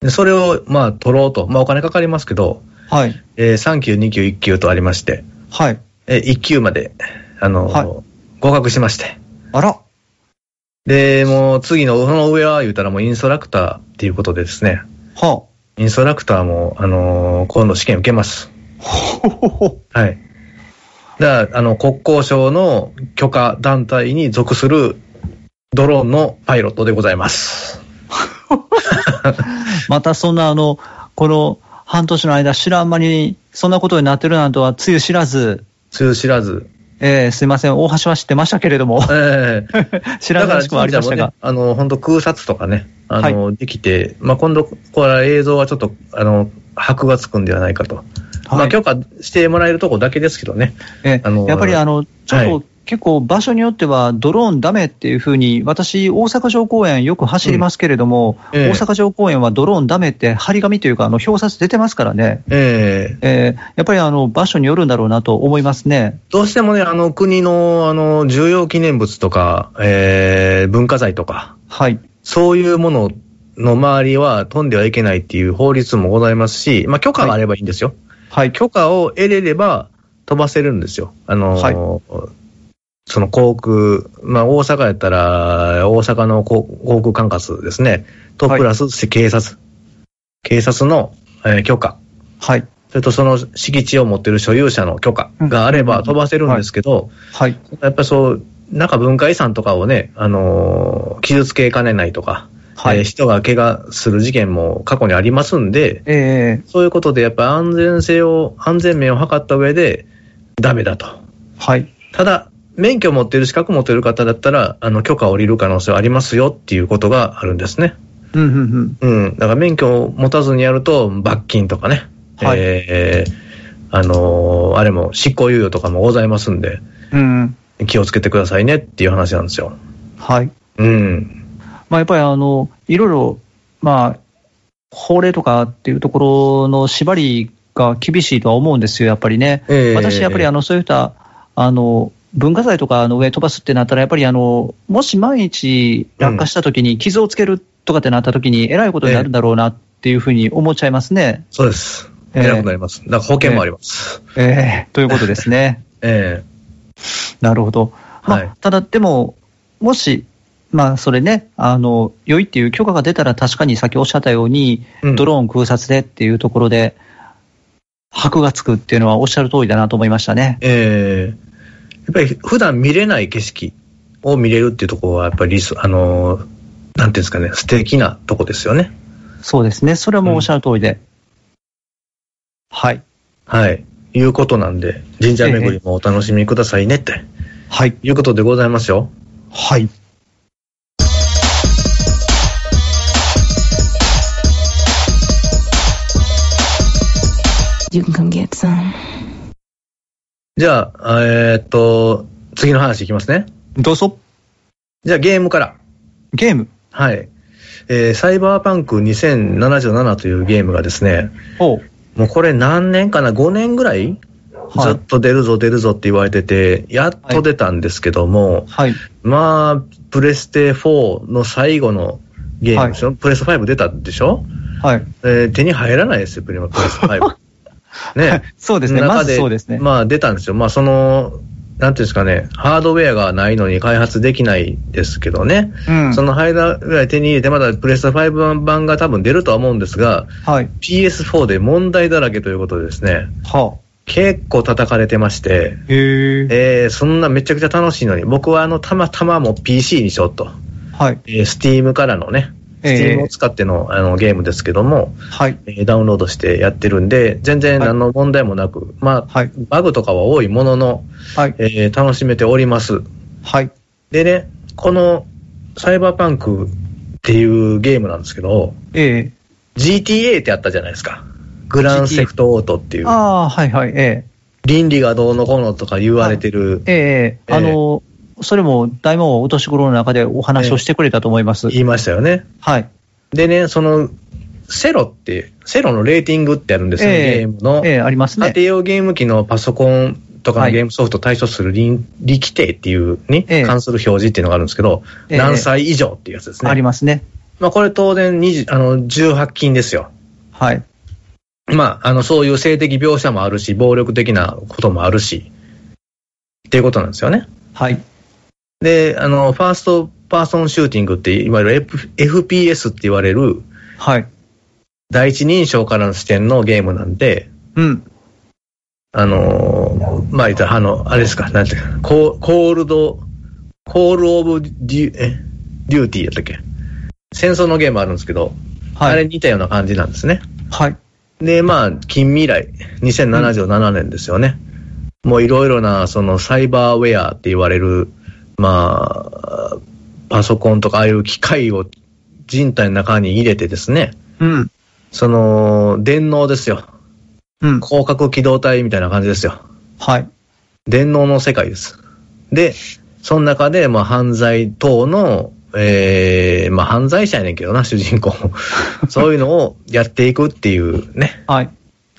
S2: でそれを、まあ、取ろうと。まあ、お金かかりますけど、
S1: はい。
S2: えー3級、2級、1級とありまして、
S1: はい。
S2: えー1級まで、あの、
S1: はい
S2: 合格しまして。
S1: あら。
S2: で、もう次の、その上は言うたらもうインストラクターっていうことでですね、
S1: は
S2: インストラクターも、あのー今度試験受けます。
S1: あ。ほほほ。
S2: はい。だから、あの、国交省の許可団体に属するドローンのパイロットでございます。
S1: またそんなあの、この半年の間知らん間にそんなことになってるなんとはつゆ知らず、
S2: つゆ知らず。
S1: えー、すいません、大橋は知ってましたけれど も、
S2: ええ
S1: 知らなしくもありました
S2: だ
S1: が
S2: か、ら神社もね、あの、本当空撮とかね、あの、できて、まあ、今度、これは映像はちょっと、あの、箔がつくんではないかと。ま
S1: は
S2: あ、
S1: い
S2: 許可してもらえるとこだけですけどね。
S1: えー
S2: あの
S1: やっぱりあの、ちょっ
S2: は
S1: と結構場所によってはドローンダメっていうふうに、私、大阪城公園よく走りますけれども、
S2: うんええ
S1: 大阪城公園はドローンダメって張り紙というか、あの表札出てますからね。
S2: え
S1: え
S2: え
S1: ーやっぱりあの場所によるんだろうなと思いますね。
S2: どうしてもね、あの、国の、あの、重要記念物とか、えー、文化財とか、
S1: はい。
S2: そういうものの周りは飛んではいけないっていう法律もございますし、まあ、許可があればいいんですよ。
S1: はい。
S2: 許可を得れれば飛ばせるんですよ。あのーその航空、まあ、大阪やったら、大阪の航航空管轄ですね。と、
S1: はい
S2: プラス警察。警察の、えー許可。
S1: はい。
S2: それとその敷地を持ってる所有者の許可があれば飛ばせるんですけど、
S1: はい。
S2: やっぱりそう、なんか文化遺産とかをね、あのー傷つけかねないとか、
S1: は
S2: えー
S1: い。
S2: 人が怪我する事件も過去にありますんで、
S1: え
S2: そういうことでやっぱ安全性を、安全面を図った上で、ダメだと。
S1: ーはい。
S2: ただ、免許を持ってる、資格を持ってる方だったら、あの、許可を下りる可能性はありますよっていうことがあるんですね。
S1: うんうんうん。
S2: うん。だから免許を持たずにやると、罰金とかね。
S1: はい
S2: えーあのーあれも執行猶予とかもございますんで、
S1: うん。
S2: 気をつけてくださいねっていう話なんですよ。
S1: はい。
S2: うん。
S1: まあ、やっぱりあの、いろいろ、まあ、法令とかっていうところの縛りが厳しいとは思うんですよ、やっぱりね。
S2: えー
S1: 私、やっぱりあの、そういった、あの、文化財とかの上飛ばすってなったら、やっぱりあの、もし万一落下した時に傷をつけるとかってなった時に、えらいことになるんだろうなっていうふうに思っちゃいますね。
S2: そうです。
S1: えー
S2: 偉くなります。だから保険もあります。
S1: ええということですね。
S2: え
S1: なるほど。まあ
S2: はい
S1: ただ、でも、もし、まあ、それね、あの、良いっていう許可が出たら、確かに先おっしゃったように、
S2: えうん
S1: ドローン空撮でっていうところで、箔がつくっていうのはおっしゃる通りだなと思いましたね。
S2: えーやっぱり普段見れない景色を見れるっていうところは、やっぱりリス、あのーなんていうんですかね、素敵なとこですよね。
S1: そうですね。それはもうおっしゃる通りで。はい。
S2: はい。いうことなんで、神社巡りもお楽しみくださいねって、
S1: はい。
S2: いうことでございますよ。
S1: はい。
S3: You can come get some.
S2: じゃあ、えーっと、次の話いきますね。
S1: どうぞ。
S2: じゃあゲームから。
S1: ゲーム。
S2: はい。えーサイバーパンク2077というゲームがですね、
S1: おう。
S2: もうこれ何年かな ?5 年ぐらい、
S1: は
S2: ずっ
S1: い。
S2: と出るぞ出るぞって言われてて、やっと出たんですけども、
S1: はい。
S2: まあ、プレステ4の最後のゲームでしょ、プレステ5出たでしょ、
S1: はい。
S2: えー手に入らないですよ、プレプレステ5。ね。
S1: そうですね。まずそうですね。
S2: まあ出たんですよ。まあその、なんていうんですかね、ハードウェアがないのに開発できないですけどね。
S1: うん。
S2: そのハードウェア手に入れて、まだプレステ5版が多分出るとは思うんですが、
S1: はい。
S2: PS4 で問題だらけということでですね、
S1: は
S2: 結構叩かれてまして、
S1: あ。へえ。
S2: えーそんなめちゃくちゃ楽しいのに、僕はあの、たまたまもう PC にしようと。
S1: はい。
S2: えー、Steam からのね、
S1: え
S2: Steam を使っての,、あのゲームですけども、
S1: はい。
S2: えーダウンロードしてやってるんで、全然
S1: はい
S2: 何の問題もなく、まあ、
S1: はい。
S2: バグとかは多いものの、
S1: はい。
S2: えー楽しめております。
S1: はい。
S2: でね、このサイバーパンクっていうゲームなんですけど、
S1: え
S2: GTA ってあったじゃないですか。グランセフトオートってい
S1: え
S2: う、
S1: ああ、はいはい。え
S2: 倫理がどうのこうのとか言われてる
S1: え、ええ
S2: ええ
S1: あの、それも大魔王お年頃の中でお話をしてくれたと思います。
S2: 言いましたよね。
S1: はい。
S2: でね、その、セロって、セロのレーティングってあるんですよ、
S1: ええ
S2: ゲームの。
S1: ええあります
S2: 家
S1: ね。
S2: 庭用ゲーム機のパソコンとか
S1: は
S2: の
S1: い
S2: ゲームソフトと対処する倫理規定っていうに
S1: ええ
S2: 関する表示っていうのがあるんですけど、
S1: ええ
S2: 何歳以上っていうやつですね。
S1: ありますね。
S2: まあこれ当然20あの18禁ですよ。
S1: はい。
S2: まあ、あの、そういう性的描写もあるし、暴力的なこともあるし、っていうことなんですよね。
S1: はい。
S2: で、あの、ファーストパーソンシューティングって、いわゆる F- FPS って言われる
S1: はい。
S2: 第一人称からの視点のゲームなんで、
S1: うん。
S2: あのーまあ、言ったら、あの、あれですか、なんていうか、コーコールド、コールオブデュ、え、デューティーやったっけ戦争のゲームあるんですけど、あ
S1: は
S2: れ
S1: い。
S2: 似たような感じなんですね。
S1: はい。
S2: で、まあ、近未来、2077年ですよね。もういろいろな、その、サイバーウェアって言われる、まあ、パソコンとかああいう機械を人体の中に入れてですね、
S1: うん。
S2: その、電脳ですよ。
S1: うん。
S2: 広角機動体みたいな感じですよ。
S1: はい。
S2: 電脳の世界です。で、その中で、まあ、犯罪等の、ええまあ、犯罪者やねんけどな、主 人公。 そういうのをやっていくっていうね、
S1: はい。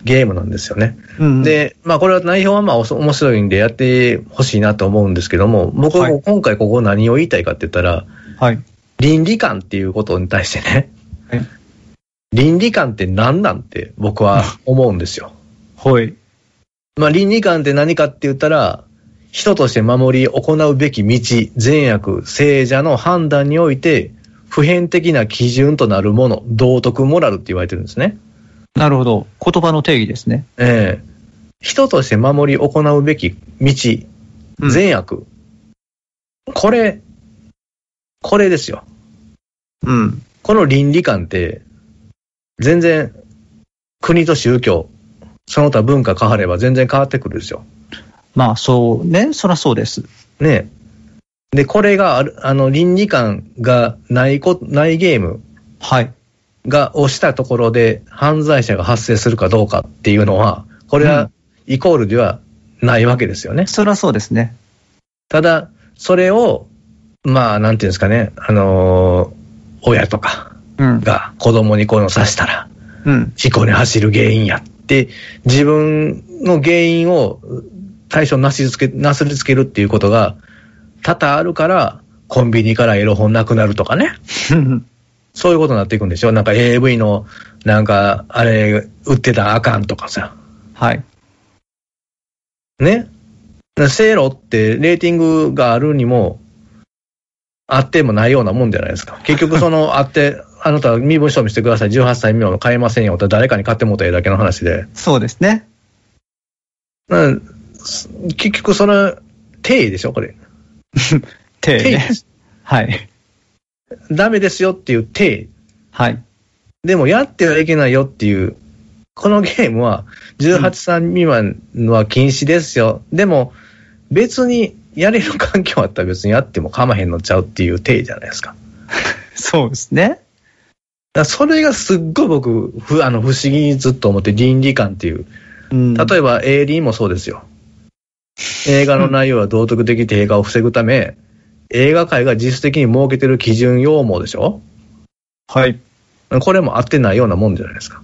S2: ゲームなんですよね。
S1: うん、
S2: で、まあ、これは内容はまあ、おそ面白いんでやってほしいなと思うんですけども、僕は
S1: は
S2: こう今回ここ何を言いたいかって言ったら、
S1: はい。
S2: 倫理観っていうことに対してね、
S1: はい
S2: 倫理観って何なんて僕は思うんですよ。
S1: はい。
S2: まあ、倫理観って何かって言ったら、人として守り行うべき道、善悪、聖者の判断において、普遍的な基準となるもの、道徳モラルって言われてるんですね。
S1: なるほど。言葉の定義ですね。
S2: ええ人として守り行うべき道、
S1: うん
S2: 善悪。これ、これですよ。
S1: うん。
S2: この倫理観って、全然、国と宗教、その他文化変われば全然変わってくるんですよ。
S1: まあ、そうね。そらそうです。
S2: ねえ。で、これがある、あの、倫理観がないこ、ないゲーム
S1: はい。
S2: が、をしたところで犯罪者が発生するかどうかっていうのは、これ
S1: う
S2: は、イコールではないわけですよね。
S1: そらそうですね。
S2: ただ、それを、まあ、なんていうんですかね、あのー親とか
S1: うん。
S2: が子供にこういうのさしたら、
S1: うん。
S2: 事故に走る原因やって、自分の原因を対象になすりつけ、なすりつけるっていうことが多々あるから、コンビニからエロ本なくなるとかね。そういうことになっていくんでしょなんか AV の、なんか、あれ、売ってたらあかんとかさ。
S1: はい。
S2: ね。セーロってレーティングがあるにも、あってもないようなもんじゃないですか。結局その、あって、あなた身分証見せてください。18歳未満の買えませんよって誰かに買ってもうたらええだけの話で。
S1: そうですね。
S2: うんす結局その、定義でしょこれ。
S1: 定義
S2: 定
S1: ね
S2: 義。です。
S1: はい。
S2: ダメですよっていう定義。
S1: はい。
S2: でもやってはいけないよっていう。このゲームは、18歳未満のは禁止ですよ。でも、別にやれる環境あったら別にやっても構へんのちゃうっていう定義じゃないですか。だか
S1: そうですね。
S2: らそれがすっごい僕、ふあの不思議にずっと思って倫理観っていう。
S1: うん。
S2: 例えば、エイリーンもそうですよ。映画の内容は道徳的低下を防ぐため、映画界が実質的に設けてる基準要望でしょ
S1: はい。
S2: これも合ってないようなもんじゃないですか。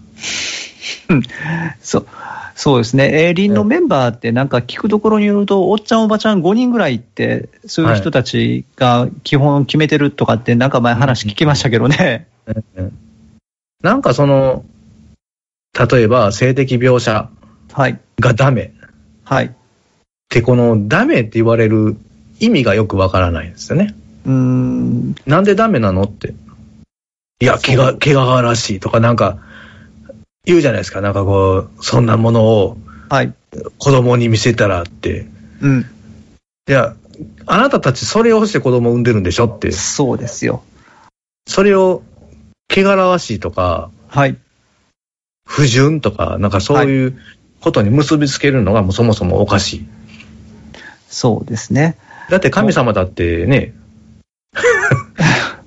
S1: そう。そうですね。エイリンのメンバーってなんか聞くところによると、おっちゃんおばちゃん5人ぐらいって、そういう人たちが基本決めてるとかってなんか前話聞きましたけどね。
S2: なんかその、例えば性的描写
S1: はい。
S2: がダメっ
S1: はい。
S2: て、このダメって言われる意味がよくわからないんですよね。
S1: うーん。
S2: なんでダメなのって。いや、怪我、怪我らしいとかなんか、言うじゃないですか。なんかこう、そんなものを
S1: はい。
S2: 子供に見せたらって。
S1: うん。
S2: いや、あなたたちそれをして子供を産んでるんでしょって。
S1: そうですよ。
S2: それを、汚らわしいとか、
S1: はい。
S2: 不純とか、なんかそういうことに結びつけるのがもうそもそもおかしい。
S1: そうですね。
S2: だって神様だって ね、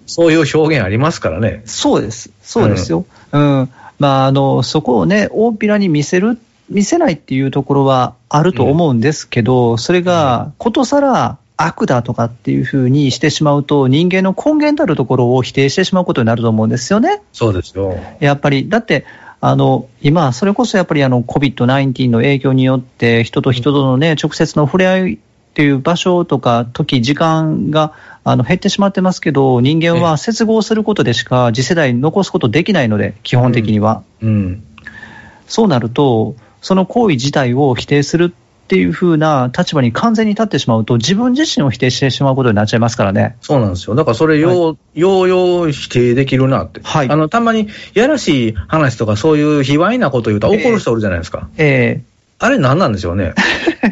S2: そういう表現ありますからね。
S1: そうです。そうですよ。うん。まあ、あの、そこをね、大っぴらに見せる、見せないっていうところはあると思うんですけど、それが、ことさら悪だとかっていうふうにしてしまうと、人間の根源たるところを否定してしまうことになると思うんですよね。
S2: そうですよ。
S1: やっぱり、だって、あの、今、それこそやっぱりあの、COVID-19 の影響によって、人と人とのね、直接の触れ合いっていう場所とか、時、時間が、あの、減ってしまってますけど、人間は接合することでしか次世代に残すことできないので、基本的には。
S2: うん。
S1: そうなると、その行為自体を否定するっていう風な立場に完全に立ってしまうと、自分自身を否定してしまうことになっちゃいますからね。
S2: そうなんですよ。だからそれよう、ようよう否定できるなって。
S1: はい
S2: あの、たまに、やらしい話とかそういう卑猥なこと言うと
S1: ええ
S2: 怒る人おるじゃないですか。
S1: えー
S2: あれ何なんでしょうね。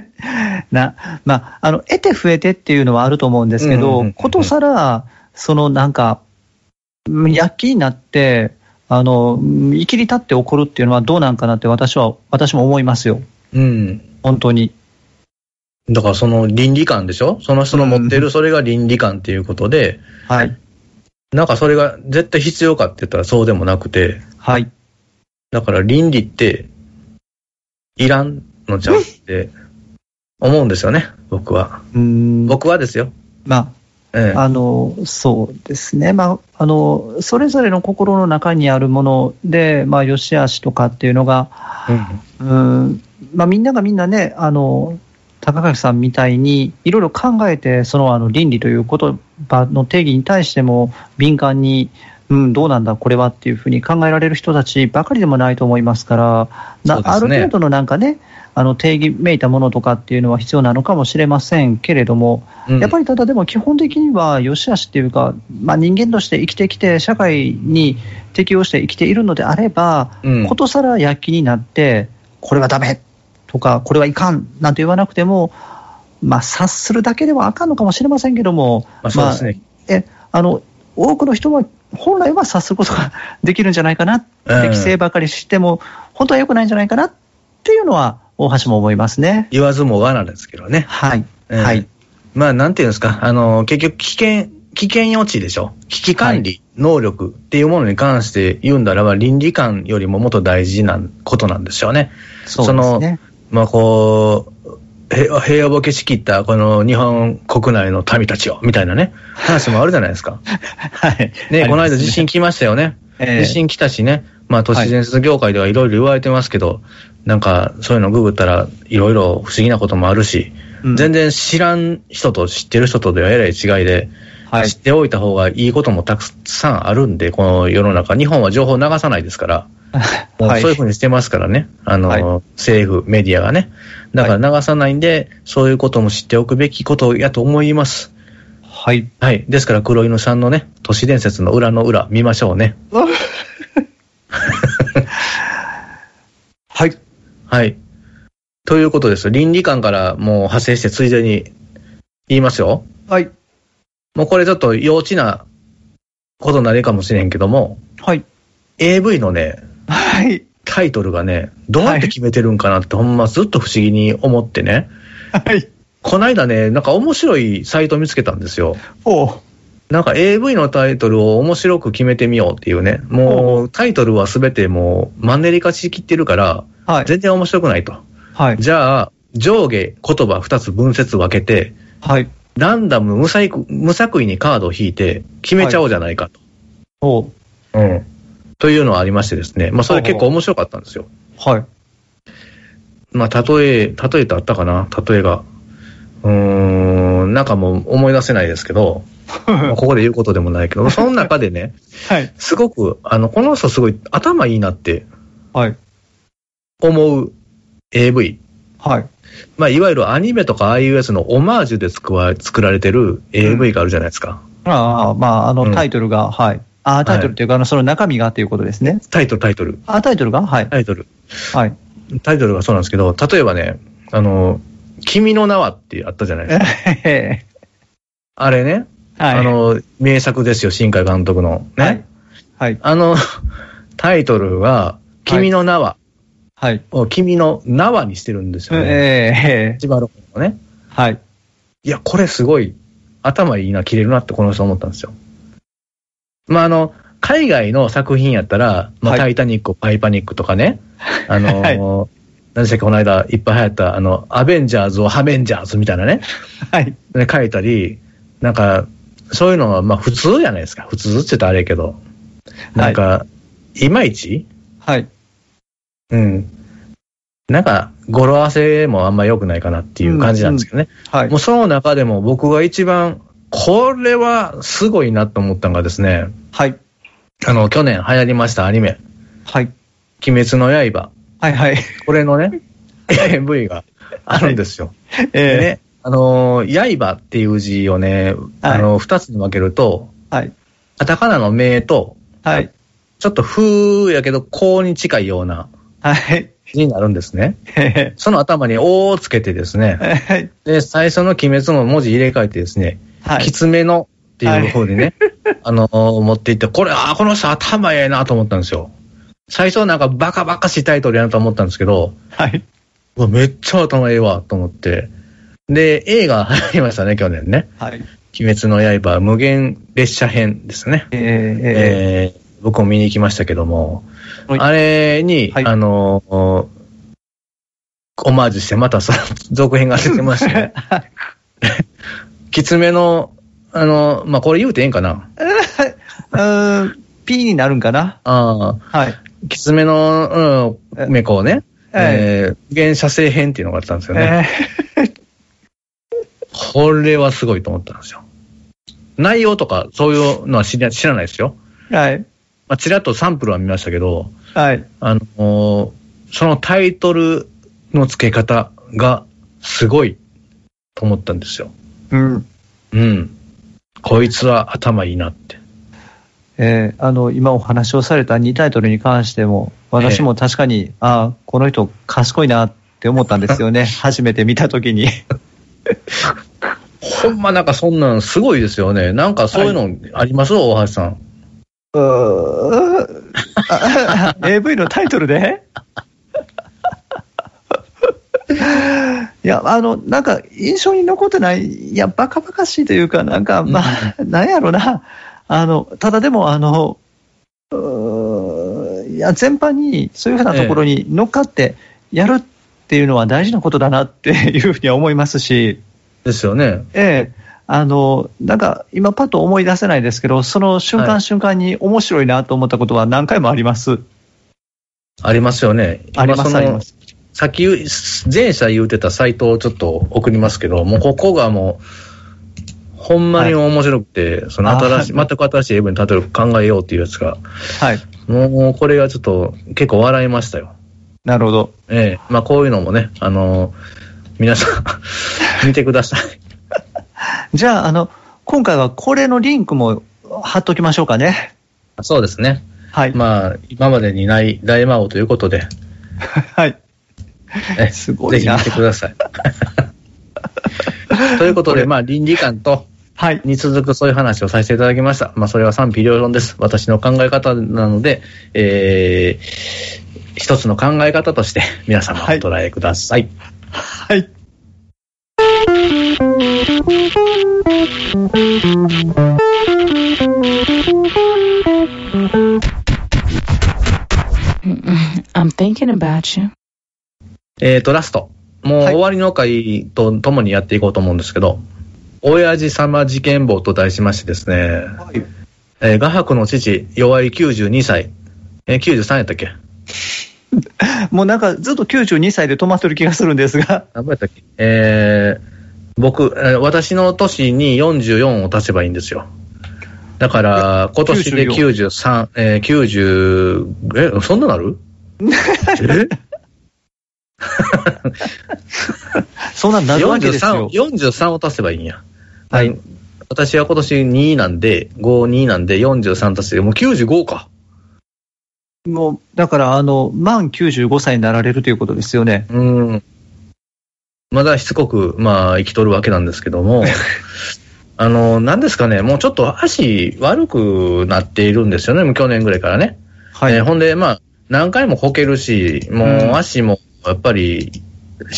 S1: な、まあ、あの、得て増えてっていうのはあると思うんですけ
S2: うんうんうん
S1: ど
S2: うん、
S1: ことさら、そのなんか、うん躍起になって、あの、うん生きり立って起こるっていうのはどうなんかなって私は、私も思いますよ。
S2: うん。
S1: 本当に。
S2: だからその倫理観でしょその人の持ってるそれが倫理観っていうことで、
S1: はい。
S2: なんかそれが絶対必要かって言ったらそうでもなくて、
S1: はい。
S2: だから倫理って、いらんのちゃうって、思うんですよね、僕は。
S1: うん、
S2: 僕はですよ。
S1: ま
S2: え
S1: あ、あの、そうですね。まあ、あの、それぞれの心の中にあるもので、まあ、良し悪しとかっていうのが、
S2: え
S1: うん、まあ、みんながみんなね、あの、高垣さんみたいに、いろいろ考えて、その、あの、倫理という言葉の定義に対しても、敏感に、うん、どうなんだ、これはっていうふうに考えられる人たちばかりでもないと思いますから、な
S2: そうで
S1: あ
S2: す
S1: る
S2: ね
S1: 程度のなんかね、あの、定義めいたものとかっていうのは必要なのかもしれませんけれども、
S2: うん
S1: やっぱりただでも基本的には良し悪しっていうか、まあ、人間として生きてきて社会に適応して生きているのであれば、
S2: うん
S1: ことさら躍起になってこれはダメとかこれはいかんなんて言わなくても、まあ、察するだけではあかんのかもしれませんけども、
S2: まあ、そうですね。
S1: まあえあの多くの人は本来は察することが できるんじゃないかな、
S2: うん
S1: 適正ばかりしても本当は良くないんじゃないかなっていうのは大橋も思いますね。
S2: 言わずもがなですけどね。
S1: はい、
S2: ええ
S1: はい、
S2: まあ、なんていうんですか、あの、結局、危険、危険予知でしょ。危機管理、能力っていうものに関して言うんだらば、倫理観よりももっと大事なことなんでしょうね。
S1: そう ですね。
S2: まあ、こう、平和平和ボケしきった、この日本国内の民たちを、みたいなね、話もあるじゃない ですか。
S1: はい。
S2: ね、この間地
S1: 信
S2: 震来ましたよね。
S1: ええ
S2: 地震来たしね、まあ都市伝説業界ではいろいろ言われてますけど、なんかそういうのググったらいろいろ不思議なこともあるし、
S1: うん
S2: 全然知らん人と知ってる人とではえらい違いで、
S1: はい
S2: 知っておいた方がいいこともたくさんあるんで、この世の中、日本は情報を流さないですから、もう
S1: はい
S2: そういうふうにしてますからね、あの、
S1: はい
S2: 政府、メディアがね。だから流さないんで、そういうことも知っておくべきことやと思います。
S1: はい。
S2: はい。ですから、黒犬さんのね、都市伝説の裏の裏、見ましょ うね。
S1: はい。
S2: はい。ということです。倫理観からもう派生して、ついでに言いますよ。
S1: はい。
S2: もうこれちょっと幼稚なことになるかもしれんけども、
S1: はい。
S2: AV のね、
S1: はい。
S2: タイトルがね、どうやって決めてるんかなって、ほんまずっと不思議に思ってね。
S1: はい。
S2: こないだね、なんか面白いサイト見つけたんですよ。
S1: おう
S2: なんか AV のタイトルを面白く決めてみようっていうね。もうタイトルはすべてもうマンネリ化しきってるから、
S1: はい。
S2: 全然面白くないと。
S1: はい。
S2: じゃあ、上下言葉2つ分節分けて、
S1: はい。
S2: ランダム無作無作為にカードを引いて決めちゃおうじゃないかと。
S1: おう
S2: うん。というのはありましてですね。まあそれ結構面白かったんですよ。
S1: はい。
S2: まあ例え、例えってあったかな例えが。うーん、なんかもう思い出せないです けど、まあここで言うことでもないけど、その中でね、
S1: はい。
S2: すごく、あの、この人すごい頭いいなって
S1: はい。
S2: 思う AV。
S1: はい。
S2: まあ、いわゆるアニメとかああいうやつのオマージュで作わ作られてる AV があるじゃないですか。
S1: ああ、まあ、あ
S2: う
S1: の、
S2: ん
S1: タイトルが、はい。ああ、タイトルというか、あの、その中身がっていうことですね。
S2: タイトル、タイトル。
S1: ああ、タイトルがはい。
S2: タイトル。
S1: はい。
S2: タイトルがそうなんですけど、例えばね、あの、君の名はってあったじゃないですか。
S1: え
S2: あれね、
S1: ーはい。
S2: あ、の、名作ですよ、新海監督の。ね。
S1: はい。はい。
S2: あの、 タイトルは、君の名は、
S1: はい。
S2: を君の名はにしてるんですよね。
S1: えーえ
S2: 一番の方ね。
S1: ーはい。
S2: いや、これすごい、頭いいな、切れるなってこの人思ったんですよ。まあ、あの、海外の作品やったら、まあ、
S1: はい
S2: タイタニック、パイパニックと かね、あのー、
S1: はい
S2: 何でしたっけ、この間いっぱい流行った、あの、アベンジャーズをハベンジャーズみたいなね、
S1: はい。
S2: で書いたり、なんか、そういうのは、まあ、普通じゃないですか。普通って言ったらあれやけど、なんか、い、まいち
S1: はい。
S2: うん。なんか、語呂合わせもあんま良くないかなっていう感じなんですけどね。
S1: はい
S2: もう。その中でも僕が一番、これはすごいなと思ったのがですね、
S1: はい。
S2: あの、去年流行りましたアニメ、
S1: はい。
S2: 鬼滅の刃。
S1: はい。はい。
S2: これのね、AV があるんですよ。で
S1: え
S2: ね、あのー、刃っていう字をね、あのー、二つに分けると、
S1: ーはい。
S2: カタカナの名と、
S1: はい。
S2: ちょっと風やけど、こうに近いような
S1: はい。
S2: 字になるんですね。
S1: え
S2: その頭におをつけてです
S1: ー
S2: ね、
S1: はい。
S2: で、最初の鬼滅の文字入れ替えてですね、
S1: は
S2: き
S1: い。
S2: つめのっていう方でね、あのー持っていって、これ、あーこの人頭ええなと思ったんですよ。最初なんかバカバカしいタイトルやなと思ったんですけど、
S1: はい。
S2: うわ、めっちゃ頭ええわと思って。で、映画 入りましたね、去年ね。
S1: はい。
S2: 鬼滅の刃無限列車編ですね。
S1: えー
S2: え
S1: え
S2: ー僕も見に行きましたけども、
S1: はい
S2: あれに、
S1: はい
S2: あのーオマージュして、またその続編が出てましてきつめの、あの、まあ、これ言うてええんかな。
S1: うーん、P になるんかな
S2: あ
S1: はい。
S2: あ、きつめの、うん、メコをね、
S1: え
S2: えー、原写生編っていうのがあったんですよね。
S1: え
S2: これはすごいと思ったんですよ。内容とか、そういうのは知ら知らないですよ。
S1: ーはい。
S2: まあ、ちらっとサンプルは見ましたけど、
S1: はい。
S2: あのーそのタイトルの付け方がすごいと思ったんですよ。
S1: うん。
S2: うん。こいつは頭いいなって。
S1: えーあの、今お話をされた2タイトルに関しても、私も確かに、ああ、この人賢いなって思ったんですよ ね。初めて見たときに。
S2: ほんまなんかそんなんすごいですよね。なんかそういうのあります、大橋さん。
S1: うーあ AV のタイトルでいや、あの、なんか、印象に残ってない、いや、バカバカしいというか、なんか、まあ、なんやろな、あの、ただでも、あの、うーいや、全般に、そういうふうなところに乗っかって、やるっていうのは大事なことだなっていうふうには思いますし、
S2: ですよね。
S1: ええ、あの、なんか、今パッと思い出せないですけど、その瞬
S2: は
S1: 間
S2: い
S1: 瞬間に面白いなと思ったことは何回もあります。
S2: ありますよね。
S1: ありま
S2: 今そ
S1: す、
S2: の
S1: あります。
S2: さっき言う前者言うてたサイトをちょっと送りますけど、もうここがもう、ほんまに面白くて、その新しい、
S1: あは
S2: 全
S1: い
S2: く新しい英文に例えば考えようっていうやつが、
S1: はい。
S2: もうこれがちょっと結構笑いましたよ。
S1: なるほど。
S2: ええまあこういうのもね、あの 皆さん見てください。
S1: じゃあ、あの、今回はこれのリンクも貼っときましょうかね。
S2: そうですね。
S1: はい。
S2: まあ今までにない大魔王ということで、
S1: はい。
S2: え
S1: すごいな
S2: ぜひ見てく ださい。ということで、まあ倫理観と、
S1: はい。
S2: に続くそういう話をさせていただきました。まあ、それは賛否両論です。私の考え方なので、えー、一つの考え方として皆様お
S1: はい
S2: 捉えください。
S1: はい。
S3: Mm-mm. I'm thinking about you.
S2: えーと、ラスト。もう
S1: はい
S2: 終わりの会とともにやっていこうと思うんですけど、親父様事件簿と題しましてですね、えー、画伯の父、弱い92歳、えー、93やったっけ
S1: もうなんかずっと92歳で止まってる気がするんですが、
S2: 何倍やったっけえー、僕、えー私の年に44を足せばいいんですよ。だから、今年で93、えー、90、え、そんなな るえ
S1: そんなんなるわけです
S2: ?43
S1: よ
S2: を、。43を足せばいいんや。
S1: は
S2: はい。私は今年2なんで、5、2なんで43足して、もう95か。
S1: もう、だから、あの、満95歳になられるということですよね。
S2: うん。まだしつこく、まあ、生きとるわけなんですけど も、あの、なんですかね、もうちょっと足悪くなっているんですよね、もう去年ぐらいからね。
S1: はい。
S2: えーほんで、まあ、何回もこけるし、もう
S1: うん
S2: 足も、やっぱり、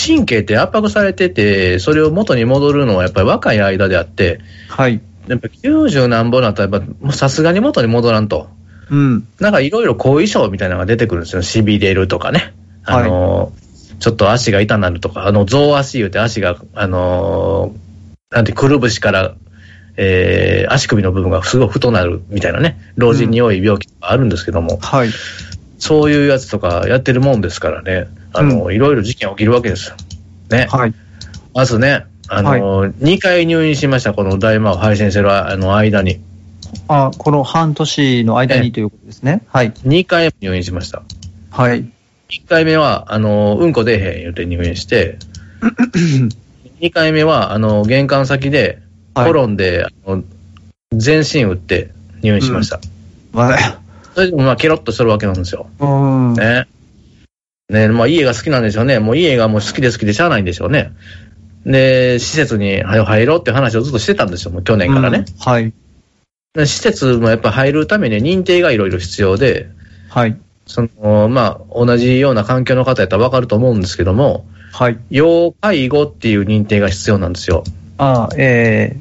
S2: 神経って圧迫されてて、それを元に戻るのはやっぱり若い間であって、
S1: はい。
S2: やっぱ90何本だったら、やっぱもうさすがに元に戻らんと。
S1: うん。
S2: なんかいろいろ後遺症みたいなのが出てくるんですよ。痺れるとかね。あのーちょっと足が痛なるとか、あの、増足言うて足が、あのーなんて、くるぶしから、えー、足首の部分がすごい太なるみたいなね。老人に多い病気とかあるんですけども、
S1: はい。
S2: そういうやつとかやってるもんですからね。あのーいろいろ事件起きるわけですよ。ね。
S1: はい。
S2: まずね、あのー2回入院しました、この大魔を配信してるあの間に。
S1: あ、この半年の間
S2: ええ
S1: にということですね。はい。
S2: 2回入院しました。
S1: はい。
S2: 1回目は、あの、うんこ出えへん言うて入院して、2回目は、あの、玄関先で、
S1: はい
S2: コロンで、あの全身打って入院しました。
S1: ま
S2: それでも、まあ、ケロッとするわけなんですよ。
S1: あ、うん。
S2: ね。ね、まあ、家が好きなんでしょうね。もう家がもう好きで好きでしゃあないんでしょうね。で、施設にはよ入ろうって話をずっとしてたんですよ、もう去年からね。
S1: うん。はい。
S2: で施設もやっぱ入るためには認定がいろいろ必要で、
S1: はい。
S2: その、まあ、同じような環境の方やったらわかると思うんですけども、
S1: はい。
S2: 要介護っていう認定が必要なんですよ。
S1: ああ、え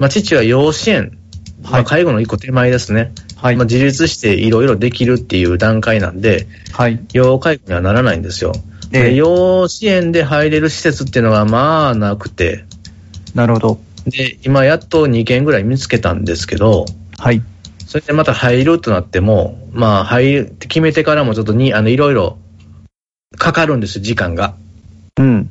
S2: まあ、父は養子縁。
S1: え
S2: ま
S1: は
S2: あ、
S1: い。
S2: 介護の一個手前ですね。
S1: はい
S2: まあ、。自立していろいろできるっていう段階なんで、
S1: はい。
S2: 要介護にはならないんですよ。
S1: え
S2: で
S1: え
S2: 養子園で入れる施設っていうのがまあなくて、
S1: なるほど。
S2: で、今やっと2件ぐらい見つけたんですけど、
S1: はい。
S2: それでまた入るとなっても、まあ入るって決めてからもちょっとに、あの、いろいろかかるんですよ、時間が。
S1: うん。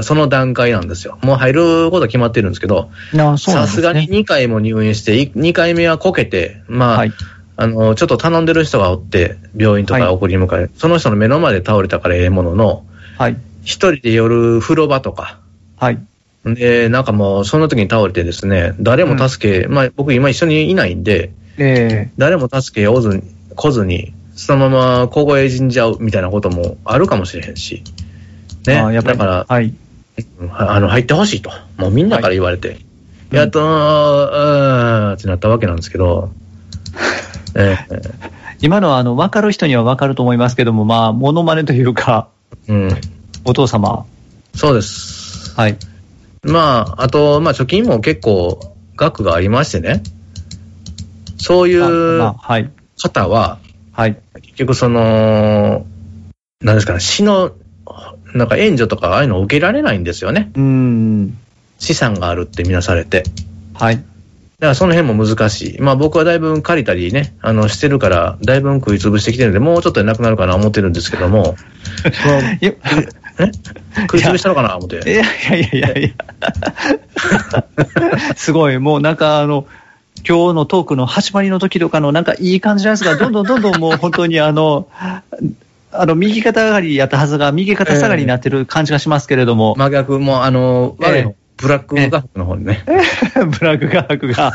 S2: その段階なんですよ。もう入ることは決まってるんですけど、
S1: あそうなん
S2: さ
S1: ですす
S2: がに
S1: ね。
S2: 2回も入院して、い2回目はこけて、まあ、
S1: はい。
S2: あの、ちょっと頼んでる人がおって、病院と
S1: はい
S2: か送り迎え、その人の目の前で倒れたからええものの、
S1: はい。
S2: 一人で夜風呂場とか、
S1: はい。
S2: で、なんかもう、その時に倒れてですね、誰も助け、まあ僕今一緒にいないんで、
S1: え
S2: 誰も助けおずに、来ずに、そのまま凍え死んじゃうみたいなこともあるかもしれへんし、
S1: え
S2: ね、
S1: あやっぱ
S2: だ
S1: り。
S2: から、
S1: はい。
S2: あの、入ってほしいと。もうみんなから言われて。
S1: うん
S2: やっと、うーんってなったわけなんです けど。ええ
S1: 今のは、あの、わかる人にはわかると思いますけども、まあ、モノマネというか、
S2: うん。
S1: お父様。
S2: そうです。
S1: はい。
S2: まあ、あと、まあ、貯金も結構額がありましてね。そうい
S1: あまあ
S2: う
S1: はい。
S2: 方は、
S1: はい。
S2: 結局その、なんですかね、死の、なんか援助とかああいうのを受けられないんですよね。
S1: うーん。
S2: 資産があるってみなされて。
S1: はい。
S2: だからその辺も難しい。まあ僕はだいぶ借りたりね、あの、してるから、だいぶ食い潰してきてるんで、もうちょっとでなくなるかな思ってるんですけど も、もう
S1: いや、
S2: 食い潰したのかな思って。
S1: いやいやいやいや。すごい、もうなんかあの、今日のトークの始まりの時とかのなんかいい感じなんですが、どんどんどんどんもう本当にあの、あの、右肩上がりやったはずが、右肩下がりになってる感じがしますけれども、
S2: 真逆も、あの、
S1: ええ
S2: 悪いの、ブラック画伯の方にね。
S1: ブラック画伯が。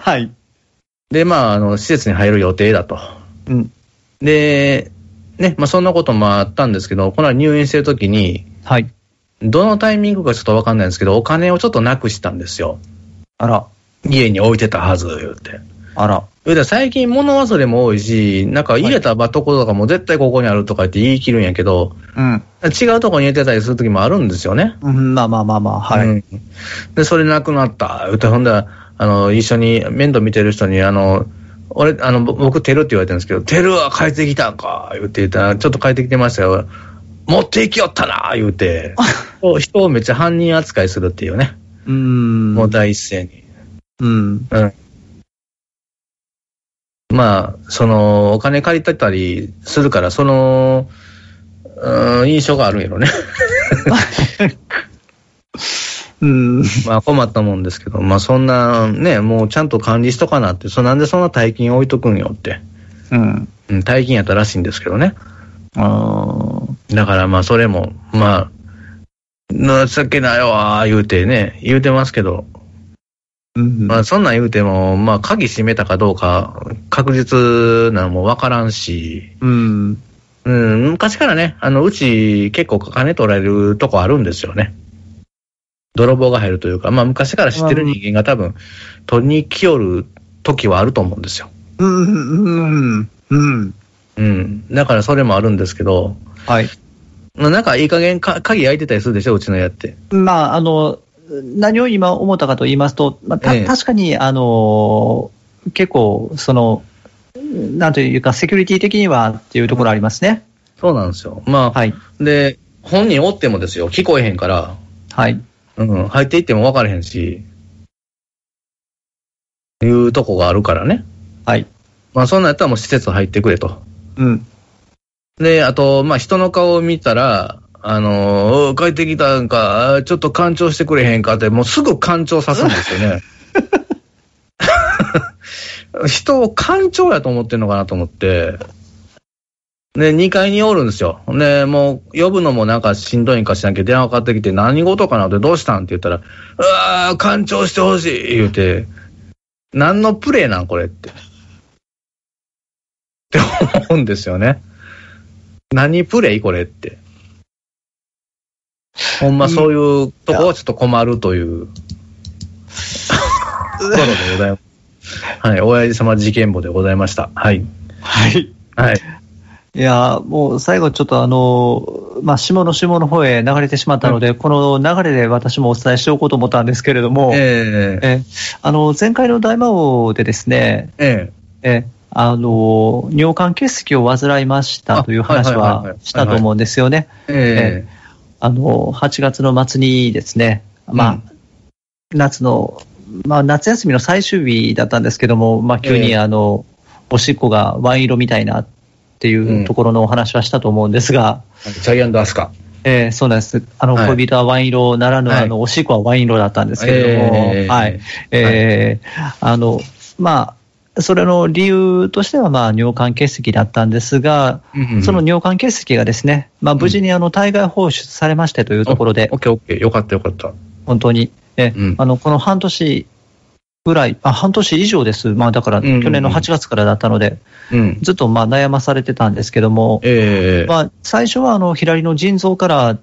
S1: はい。
S2: で、まあ、あの、施設に入る予定だと。
S1: うん。
S2: で、ね、まあそんなこともあったんですけど、この間入院してる時に、
S1: はい。
S2: どのタイミングかちょっとわかんないんですけど、お金をちょっとなくしたんですよ。
S1: あら、
S2: 家に置いてたはず、言うて。
S1: あら。
S2: 言うたら最近物忘れも多いし、なんか入れた場とことかも絶対ここにあるとか言って言い切るんやけど、
S1: うん。
S2: 違うとこに入れてたりする時もあるんですよね。
S1: うん、まあまあまあまあ、はい。
S2: うんで、それなくなった。言うてほんだら、あの、一緒に面倒見てる人に、あの、俺、あの、ぼ僕、テルって言われてるんですけど、テルは帰ってきたんか、言うて言ったら、ちょっと帰ってきてましたよ。持っていきよったな、言う て。人人をめっちゃ犯人扱いするっていうね。
S1: うーん。
S2: もう第一声に。
S1: うん。
S2: まあ、その、お金借りてたりするから、その、うーん、印象があるんやろね。
S1: うん。
S2: まあ困ったもんですけど、まあそんな、ね、もうちゃんと管理しとかなって、そなんでそんな大金置いとくんよって。
S1: うん。
S2: うん、大金やったらしいんですけどね。
S1: あー
S2: だからまあそれも、まあ、情けないわ、言うてね、言うてますけど、
S1: うん。
S2: まあそんなん言うても、まあ鍵閉めたかどうか、確実なのもわからんし、
S1: うん。
S2: うん、昔からね、あの、うち結構金取られるとこあるんですよね。泥棒が入るというか、まあ昔から知ってる人間が多分、取りに来よる時はあると思うんですよ。
S1: うん、うん、うん。
S2: うん。だからそれもあるんですけど、
S1: はい。
S2: まあなんかいい加減か鍵開いてたりするでしょ、うちの家って。
S1: まあ、あの、何を今思ったかと言いますと、まあ、た
S2: ええ
S1: 確かに、あの、結構、その、なんというか、セキュリティ的にはっていうところありますね。
S2: そうなんですよ。まあ、
S1: はい。
S2: で、本人おってもですよ、聞こえへんから、
S1: はい。
S2: うん、入っていっても分からへんし、いうとこがあるからね。
S1: はい。
S2: まあそんなんやったらもう施設入ってくれと。
S1: うん。
S2: で、あと、まあ、人の顔を見たら、あのーおう帰ってきたんか、あーちょっと干潮してくれへんかって、もうすぐ干潮さすんですよね。 人を干潮やと思ってんのかなと思って。で、2階におるんですよ。で、もう、呼ぶのもなんかしんどいんかしなきゃ電話かかってきて、何事かなってどうしたんって言ったら、うわー、干潮してほしい言うて、何のプレイなんこれって。って思うんですよね。何プレイこれって。ほんまそういうとこはちょっと困る という。ところでございます。はい。親父様事件簿でございました。はい。
S1: はい。
S2: はい。
S1: いやー、もう最後ちょっとあの、まあ、下の下の方へ流れてしまったので、この流れで私もお伝えしておこうと思ったんですけれども、
S2: え
S1: え
S2: え
S1: あの、前回の大魔王でですね、
S2: ええ
S1: えあの、尿管結石を患いましたという話
S2: あはいはいはい
S1: は
S2: はい
S1: したと思うんですよね。
S2: え
S1: あの、8月の末にですね、まあ、
S2: うん
S1: 夏の、まあ、夏休みの最終日だったんですけども、まあ、急
S2: え
S1: に
S2: え
S1: あの、おしっこがワイン色みたいなっていうところのお話はしたと思うんですが、
S2: えジャイアントアスカ。
S1: えーそうなんです。あの、
S2: はい
S1: 恋人はワイン色ならぬ、
S2: はい
S1: あの、おしっこはワイン色だったんですけれども、
S2: えー
S1: はい。えーあの、まあ、それの理由としては、まあ、尿管結石だったんですが、その尿管結石がですね、まあ、無事にあの、体外放出されましてというところで
S2: オ、ッケーオッケー。よかったよかった。
S1: 本当に、え
S2: うん
S1: あのこの半年ぐらいあ、半年以上です、まあ、だから
S2: うんうんうん
S1: 去年の8月からだったので、
S2: うん。
S1: ずっとまあ悩まされてたんですけども、
S2: ええ
S1: まあ、最初はあの左の腎臓から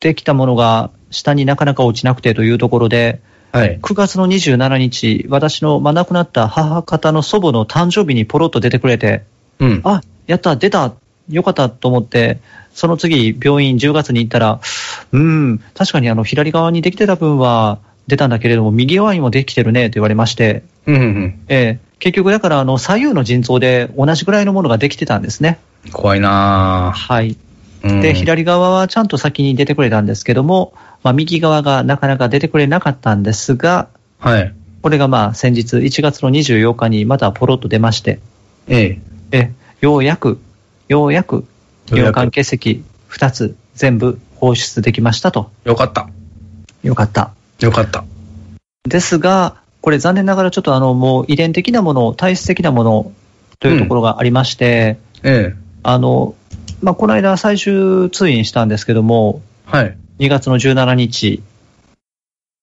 S1: できたものが下になかなか落ちなくてというところで、
S2: はい。
S1: 9月の27日、私の、まあ、亡くなった母方の祖母の誕生日にポロッと出てくれて、
S2: うん。
S1: あやった、出た、よかったと思って、その次、病院10月に行ったら、うん、確かにあの左側にできてた分は出たんだけれども、右側にもできてるねと言われまして、
S2: うんうん
S1: ええ結局だからあの左右の腎臓で同じぐらいのものができてたんですね。
S2: うん。怖いなぁ
S1: はい。
S2: うん
S1: で、左側はちゃんと先に出てくれたんですけども、まあ、右側がなかなか出てくれなかったんですが、
S2: はい。
S1: これがまあ先日1月の24日にまたポロッと出まして、
S2: ええ
S1: え、ようやく、ようやく、
S2: ようやく
S1: 尿管結石2つ全部放出できましたと。
S2: よかった。
S1: よかった。
S2: よかった。
S1: ですが、これ残念ながらちょっとあの、もう遺伝的なもの、体質的なものというところがありまして、
S2: ええ
S1: あの、まあ、この間最終通院したんですけども、
S2: はい。
S1: 2月の17日、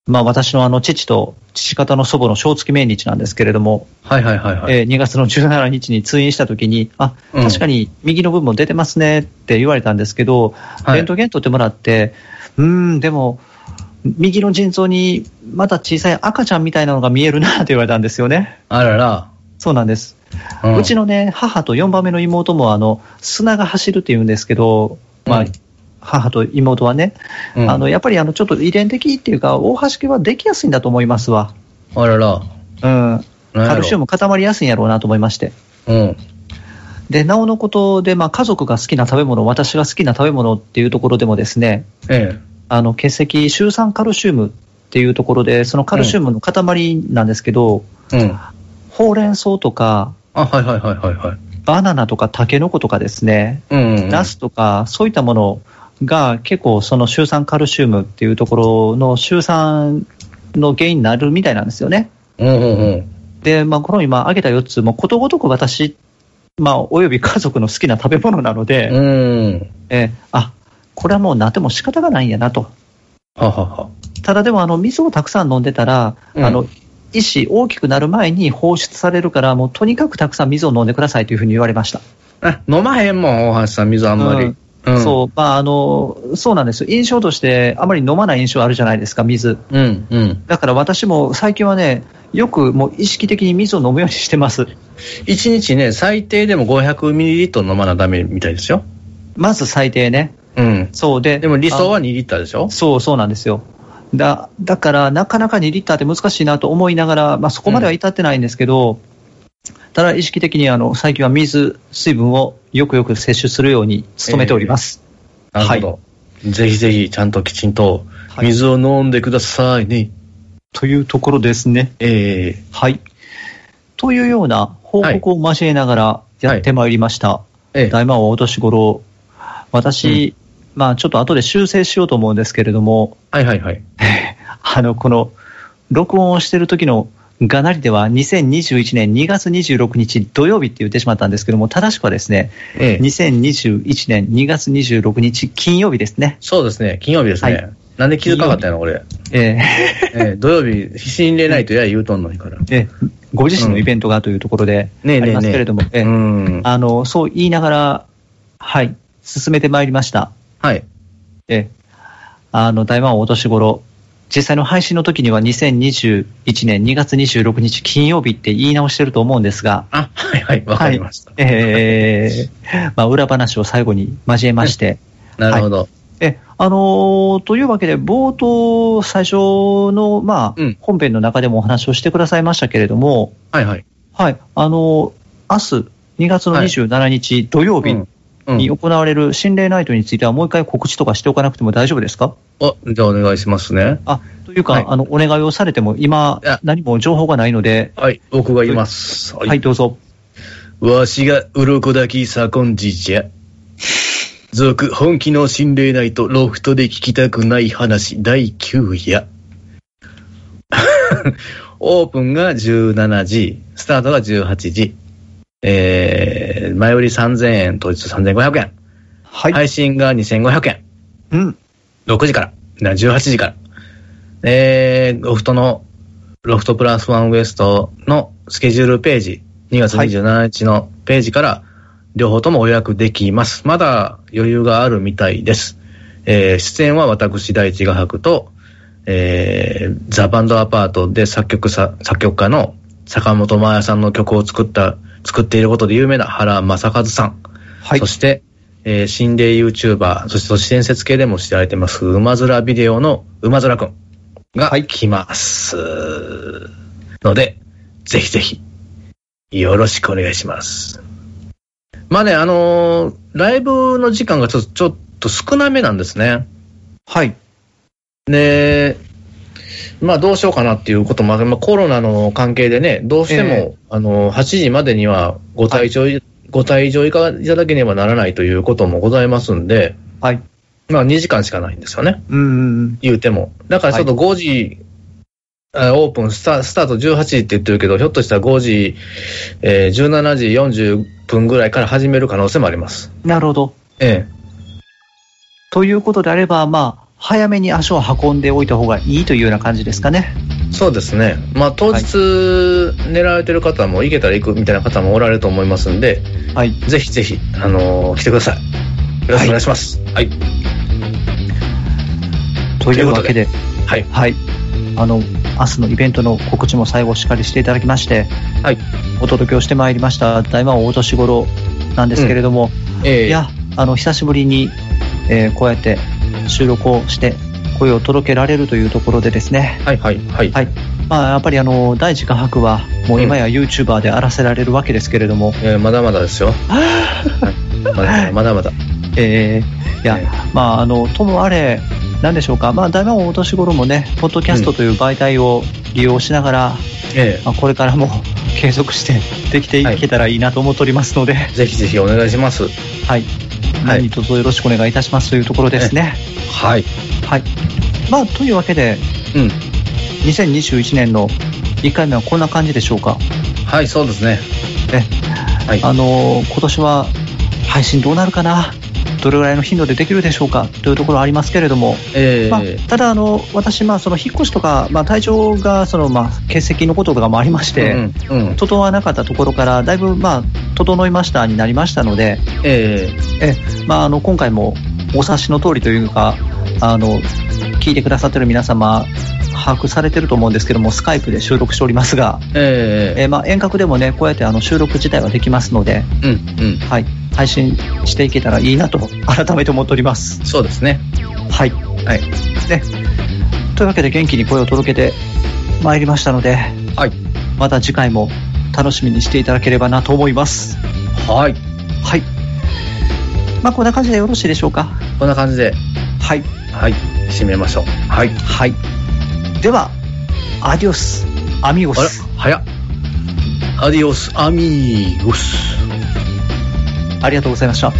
S1: まあ、私のあの、父と父方の祖母の正月命日なんですけれども、
S2: はいはいはいはい。
S1: えー2月の17日に通院したときに、あ、
S2: うん
S1: 確かに右の部分出てますねって言われたんですけど、
S2: はい
S1: レントゲン取ってもらって、うーん、でも、右の腎臓にまた小さい赤ちゃんみたいなのが見えるなって言われたんですよね。
S2: あらら。
S1: そうなんです。
S2: う
S1: うんちのね、母と4番目の妹も、あの、砂が走るって言うんですけど、まあ、
S2: うん
S1: 母と妹はね、
S2: うん
S1: あの、やっぱりあの、ちょっと遺伝的っていうか、大橋家はできやすいんだと思いますわ。
S2: あら
S1: う
S2: ら。
S1: ん。
S2: なんやろ
S1: カルシウム固まりやすいんやろうなと思いまして。
S2: うん。
S1: で、なおのことで、まあ、家族が好きな食べ物、私が好きな食べ物っていうところでもですね、
S2: ええ
S1: あの、血石、シュウ酸カルシウムっていうところで、そのカルシウムの塊なんですけど、
S2: うん。
S1: ほうれん草とか、
S2: あ、はいはいはいはいはい。
S1: バナナとかタケノコとかですね、
S2: うんうんうん。
S1: ナスとか、そういったものが結構そのシュウ酸カルシウムっていうところのシュウ酸の原因になるみたいなんですよね。
S2: うんうんうん。
S1: で、まあ、この今挙げた4つもことごとく私、まあ、および家族の好きな食べ物なので、
S2: うん。
S1: えーあこれはもうなっても仕方がないんやなと、
S2: ははは。
S1: ただでもあの水をたくさん飲んでたら、
S2: うん
S1: あの医師、大きくなる前に放出されるから、もうとにかくたくさん水を飲んでくださいというふうに言われました。
S2: あ、飲まへんもん、大橋さん、水あんまり。うん。
S1: そうまあ、あのそうなんですよ、印象として、あまり飲まない印象あるじゃないですか、水。
S2: う。うんうん。
S1: だから私も最近はね、よくもう意識的に水を飲むようにしてます。
S2: 一日ね、最低でも500ミリリットル飲まなダメみたいですよ。
S1: まず最低ね。
S2: うん。
S1: そうで。
S2: でも理想
S1: は
S2: は2リッターでしょ
S1: そうそうなんですよ。だだから、なかなか2リッターって難しいなと思いながら、まあ、そこまでは至ってないんですけど、ただ意識的にあの最近は水、水分をよくよく摂取するように努めております。
S2: なるほど。ぜひぜひ、ちゃんときちんと、水を飲んでくださいね。
S1: というところですね。
S2: ええ
S1: はい。というような報告を交えながらやってまいりました。
S2: ええ
S1: 大魔王お年頃、私、まあちょっと後で修正しようと思うんですけれども、
S2: はいはいはい。
S1: あの、この、録音をしてる時のがなりでは、2021年2月26日土曜日って言ってしまったんですけども、正しくはですね、
S2: ええ
S1: 2021年2月26日金曜日ですね。
S2: そうですね、金曜日ですね。
S1: はい
S2: なんで気づかなかったの俺。
S1: え ー
S2: ええ土曜日、必死に入れないとや言うとんのにから。
S1: えーご自身のイベントがというところであ
S2: ねえねえねえ
S1: りますけれども、え
S2: う
S1: ー
S2: ん。
S1: あの、そう言いながら、はい、進めてまいりました。
S2: はい。
S1: ええあの、台湾お年頃、実際の配信の時には2021年2月26日金曜日って言い直してると思うんですが、
S2: あ、はいはい、わかりました。
S1: ええまあ、裏話を最後に交えまして、
S2: なるほど。
S1: え、あのーというわけで、冒頭、最初の、まあ、
S2: うん
S1: 本編の中でもお話をしてくださいましたけれども、
S2: はいはい。
S1: はい、あのー明日2月の27日土曜日
S2: うん
S1: に行われる心霊ナイトについてはもう一回告知とかしておかなくても大丈夫ですか
S2: あ、じゃあお願いしますね。
S1: あ、というか、
S2: はい
S1: あの、お願いをされても今
S2: いや
S1: 何も情報がないので、
S2: はい、僕が言います。は
S1: はいい、どうぞ。
S2: わしが鱗だき左近じ じゃ。続、本気の心霊ナイト、ロフトで聞きたくない話、第9夜。 オープンが17時、スタートが18時。えー、前売り3000円、当日3500円。
S1: はい。
S2: 配信が2500円。
S1: うん。
S2: 6時から、な18時から。えー、ロフトの、ロフトプラスワンウエストのスケジュールページ、2月27日のページから、両方ともお予約できます。まだ余裕があるみたいです。えー、出演は私、大地画伯と、えー、ザ・バンド・アパートで作曲さ、作曲家の坂本真綾さんの曲を作った、作っていることで有名な原正和さん。
S1: はい
S2: そ。して、えー心霊 YouTuber、そして都市伝説系でも知られてます、馬面ビデオの馬面くんが
S1: はい
S2: 来ます。ので、ぜひぜひ、よろしくお願いします。まあね、あのーライブの時間がちょっとちょっと少なめなんですね。
S1: はい。
S2: で、まあどうしようかなっていうことも、まあ、コロナの関係でね、どうしても、
S1: え
S2: あの、8時までにはご退場、ご退場いかいただけねばならないということもございますんで、
S1: はい。
S2: まあ2時間しかないんですよね、
S1: うんうんうん。
S2: 言うても。だからちょっと5時、あオープンスタ、スタート18時って言ってるけど、ひょっとしたら5時、えー17時40分ぐらいから始める可能性もあります。
S1: なるほど。
S2: ええ。
S1: ということであれば、まあ、早めに足を運んでおいた方がいいというような感じですかね。
S2: そうですね、まあ、当日狙われてる方も、行けたら行くみたいな方もおられると思いますんで、
S1: はい。
S2: ぜひぜひ、あのー来てください。よろしくお願いします。はい。
S1: というわけで、
S2: はい。
S1: はい。あの、明日のイベントの告知も最後しっかりしていただきまして、
S2: はい。
S1: お届けをしてまいりました、大魔王大年頃なんですけれども、
S2: えー
S1: いや、あの、久しぶりに、えーこうやって収録をして、声を届けられるというところでですね、
S2: はいはいはい。
S1: はい。まあ、やっぱりあの、大地画伯は、もう今や YouTuber で荒らせられるわけですけれど も、
S2: えーまだまだですよ。まだまだまだ。
S1: えーいや、
S2: えー
S1: まあ、あの、ともあれ、なんでしょうか、まあ、大魔王お年頃もね、ポッドキャストという媒体を利用しながら、
S2: え
S1: まあ、これからも 継続してできていけたらいいなと思っておりますので、はい。
S2: ーぜひぜひお願いします。はい
S1: 何卒よろしくお願いいたしますというところですね。
S2: はい。
S1: はい。まあ、というわけで、
S2: うん。
S1: 2021年の1回目はこんな感じでしょうか。
S2: はい、そうですね。
S1: ね、
S2: はい。
S1: あのー今年は配信どうなるかなどれぐらいの頻度でできるでしょうかというところありますけれども、
S2: えー
S1: まあ、ただあの、私、まあ、その引っ越しとか、まあ、体調がその、まあ、欠席のこととかもありまして、
S2: うん、うん。
S1: 整わなかったところから、だいぶ、まあ、整いましたになりましたので、
S2: え
S1: えまあ、あの今回もお察しの通りというか、あの聞いてくださってる皆様、把握されてると思うんですけども、スカイプで収録しておりますが、
S2: ーえ
S1: えまあ、遠隔でもね、こうやってあの収録自体はできますので、
S2: ーうん、うん。
S1: はい、配信していけたらいいなと、改めて思っております。
S2: そうですね。
S1: はい、
S2: はい。
S1: ね、というわけで元気に声を届けてまいりましたので、
S2: はい。
S1: また次回も楽しみにしていただければなと思います。
S2: はい。
S1: はい。まあ、こんな感じでよろしいでしょうか。
S2: こんな感じで、
S1: はい。
S2: はい。締めましょう。はい。
S1: はい。では、アディオス、アミゴ
S2: あら
S1: ス。、
S2: 早っ。アディオス、アミーゴス。
S1: ありがとうございました。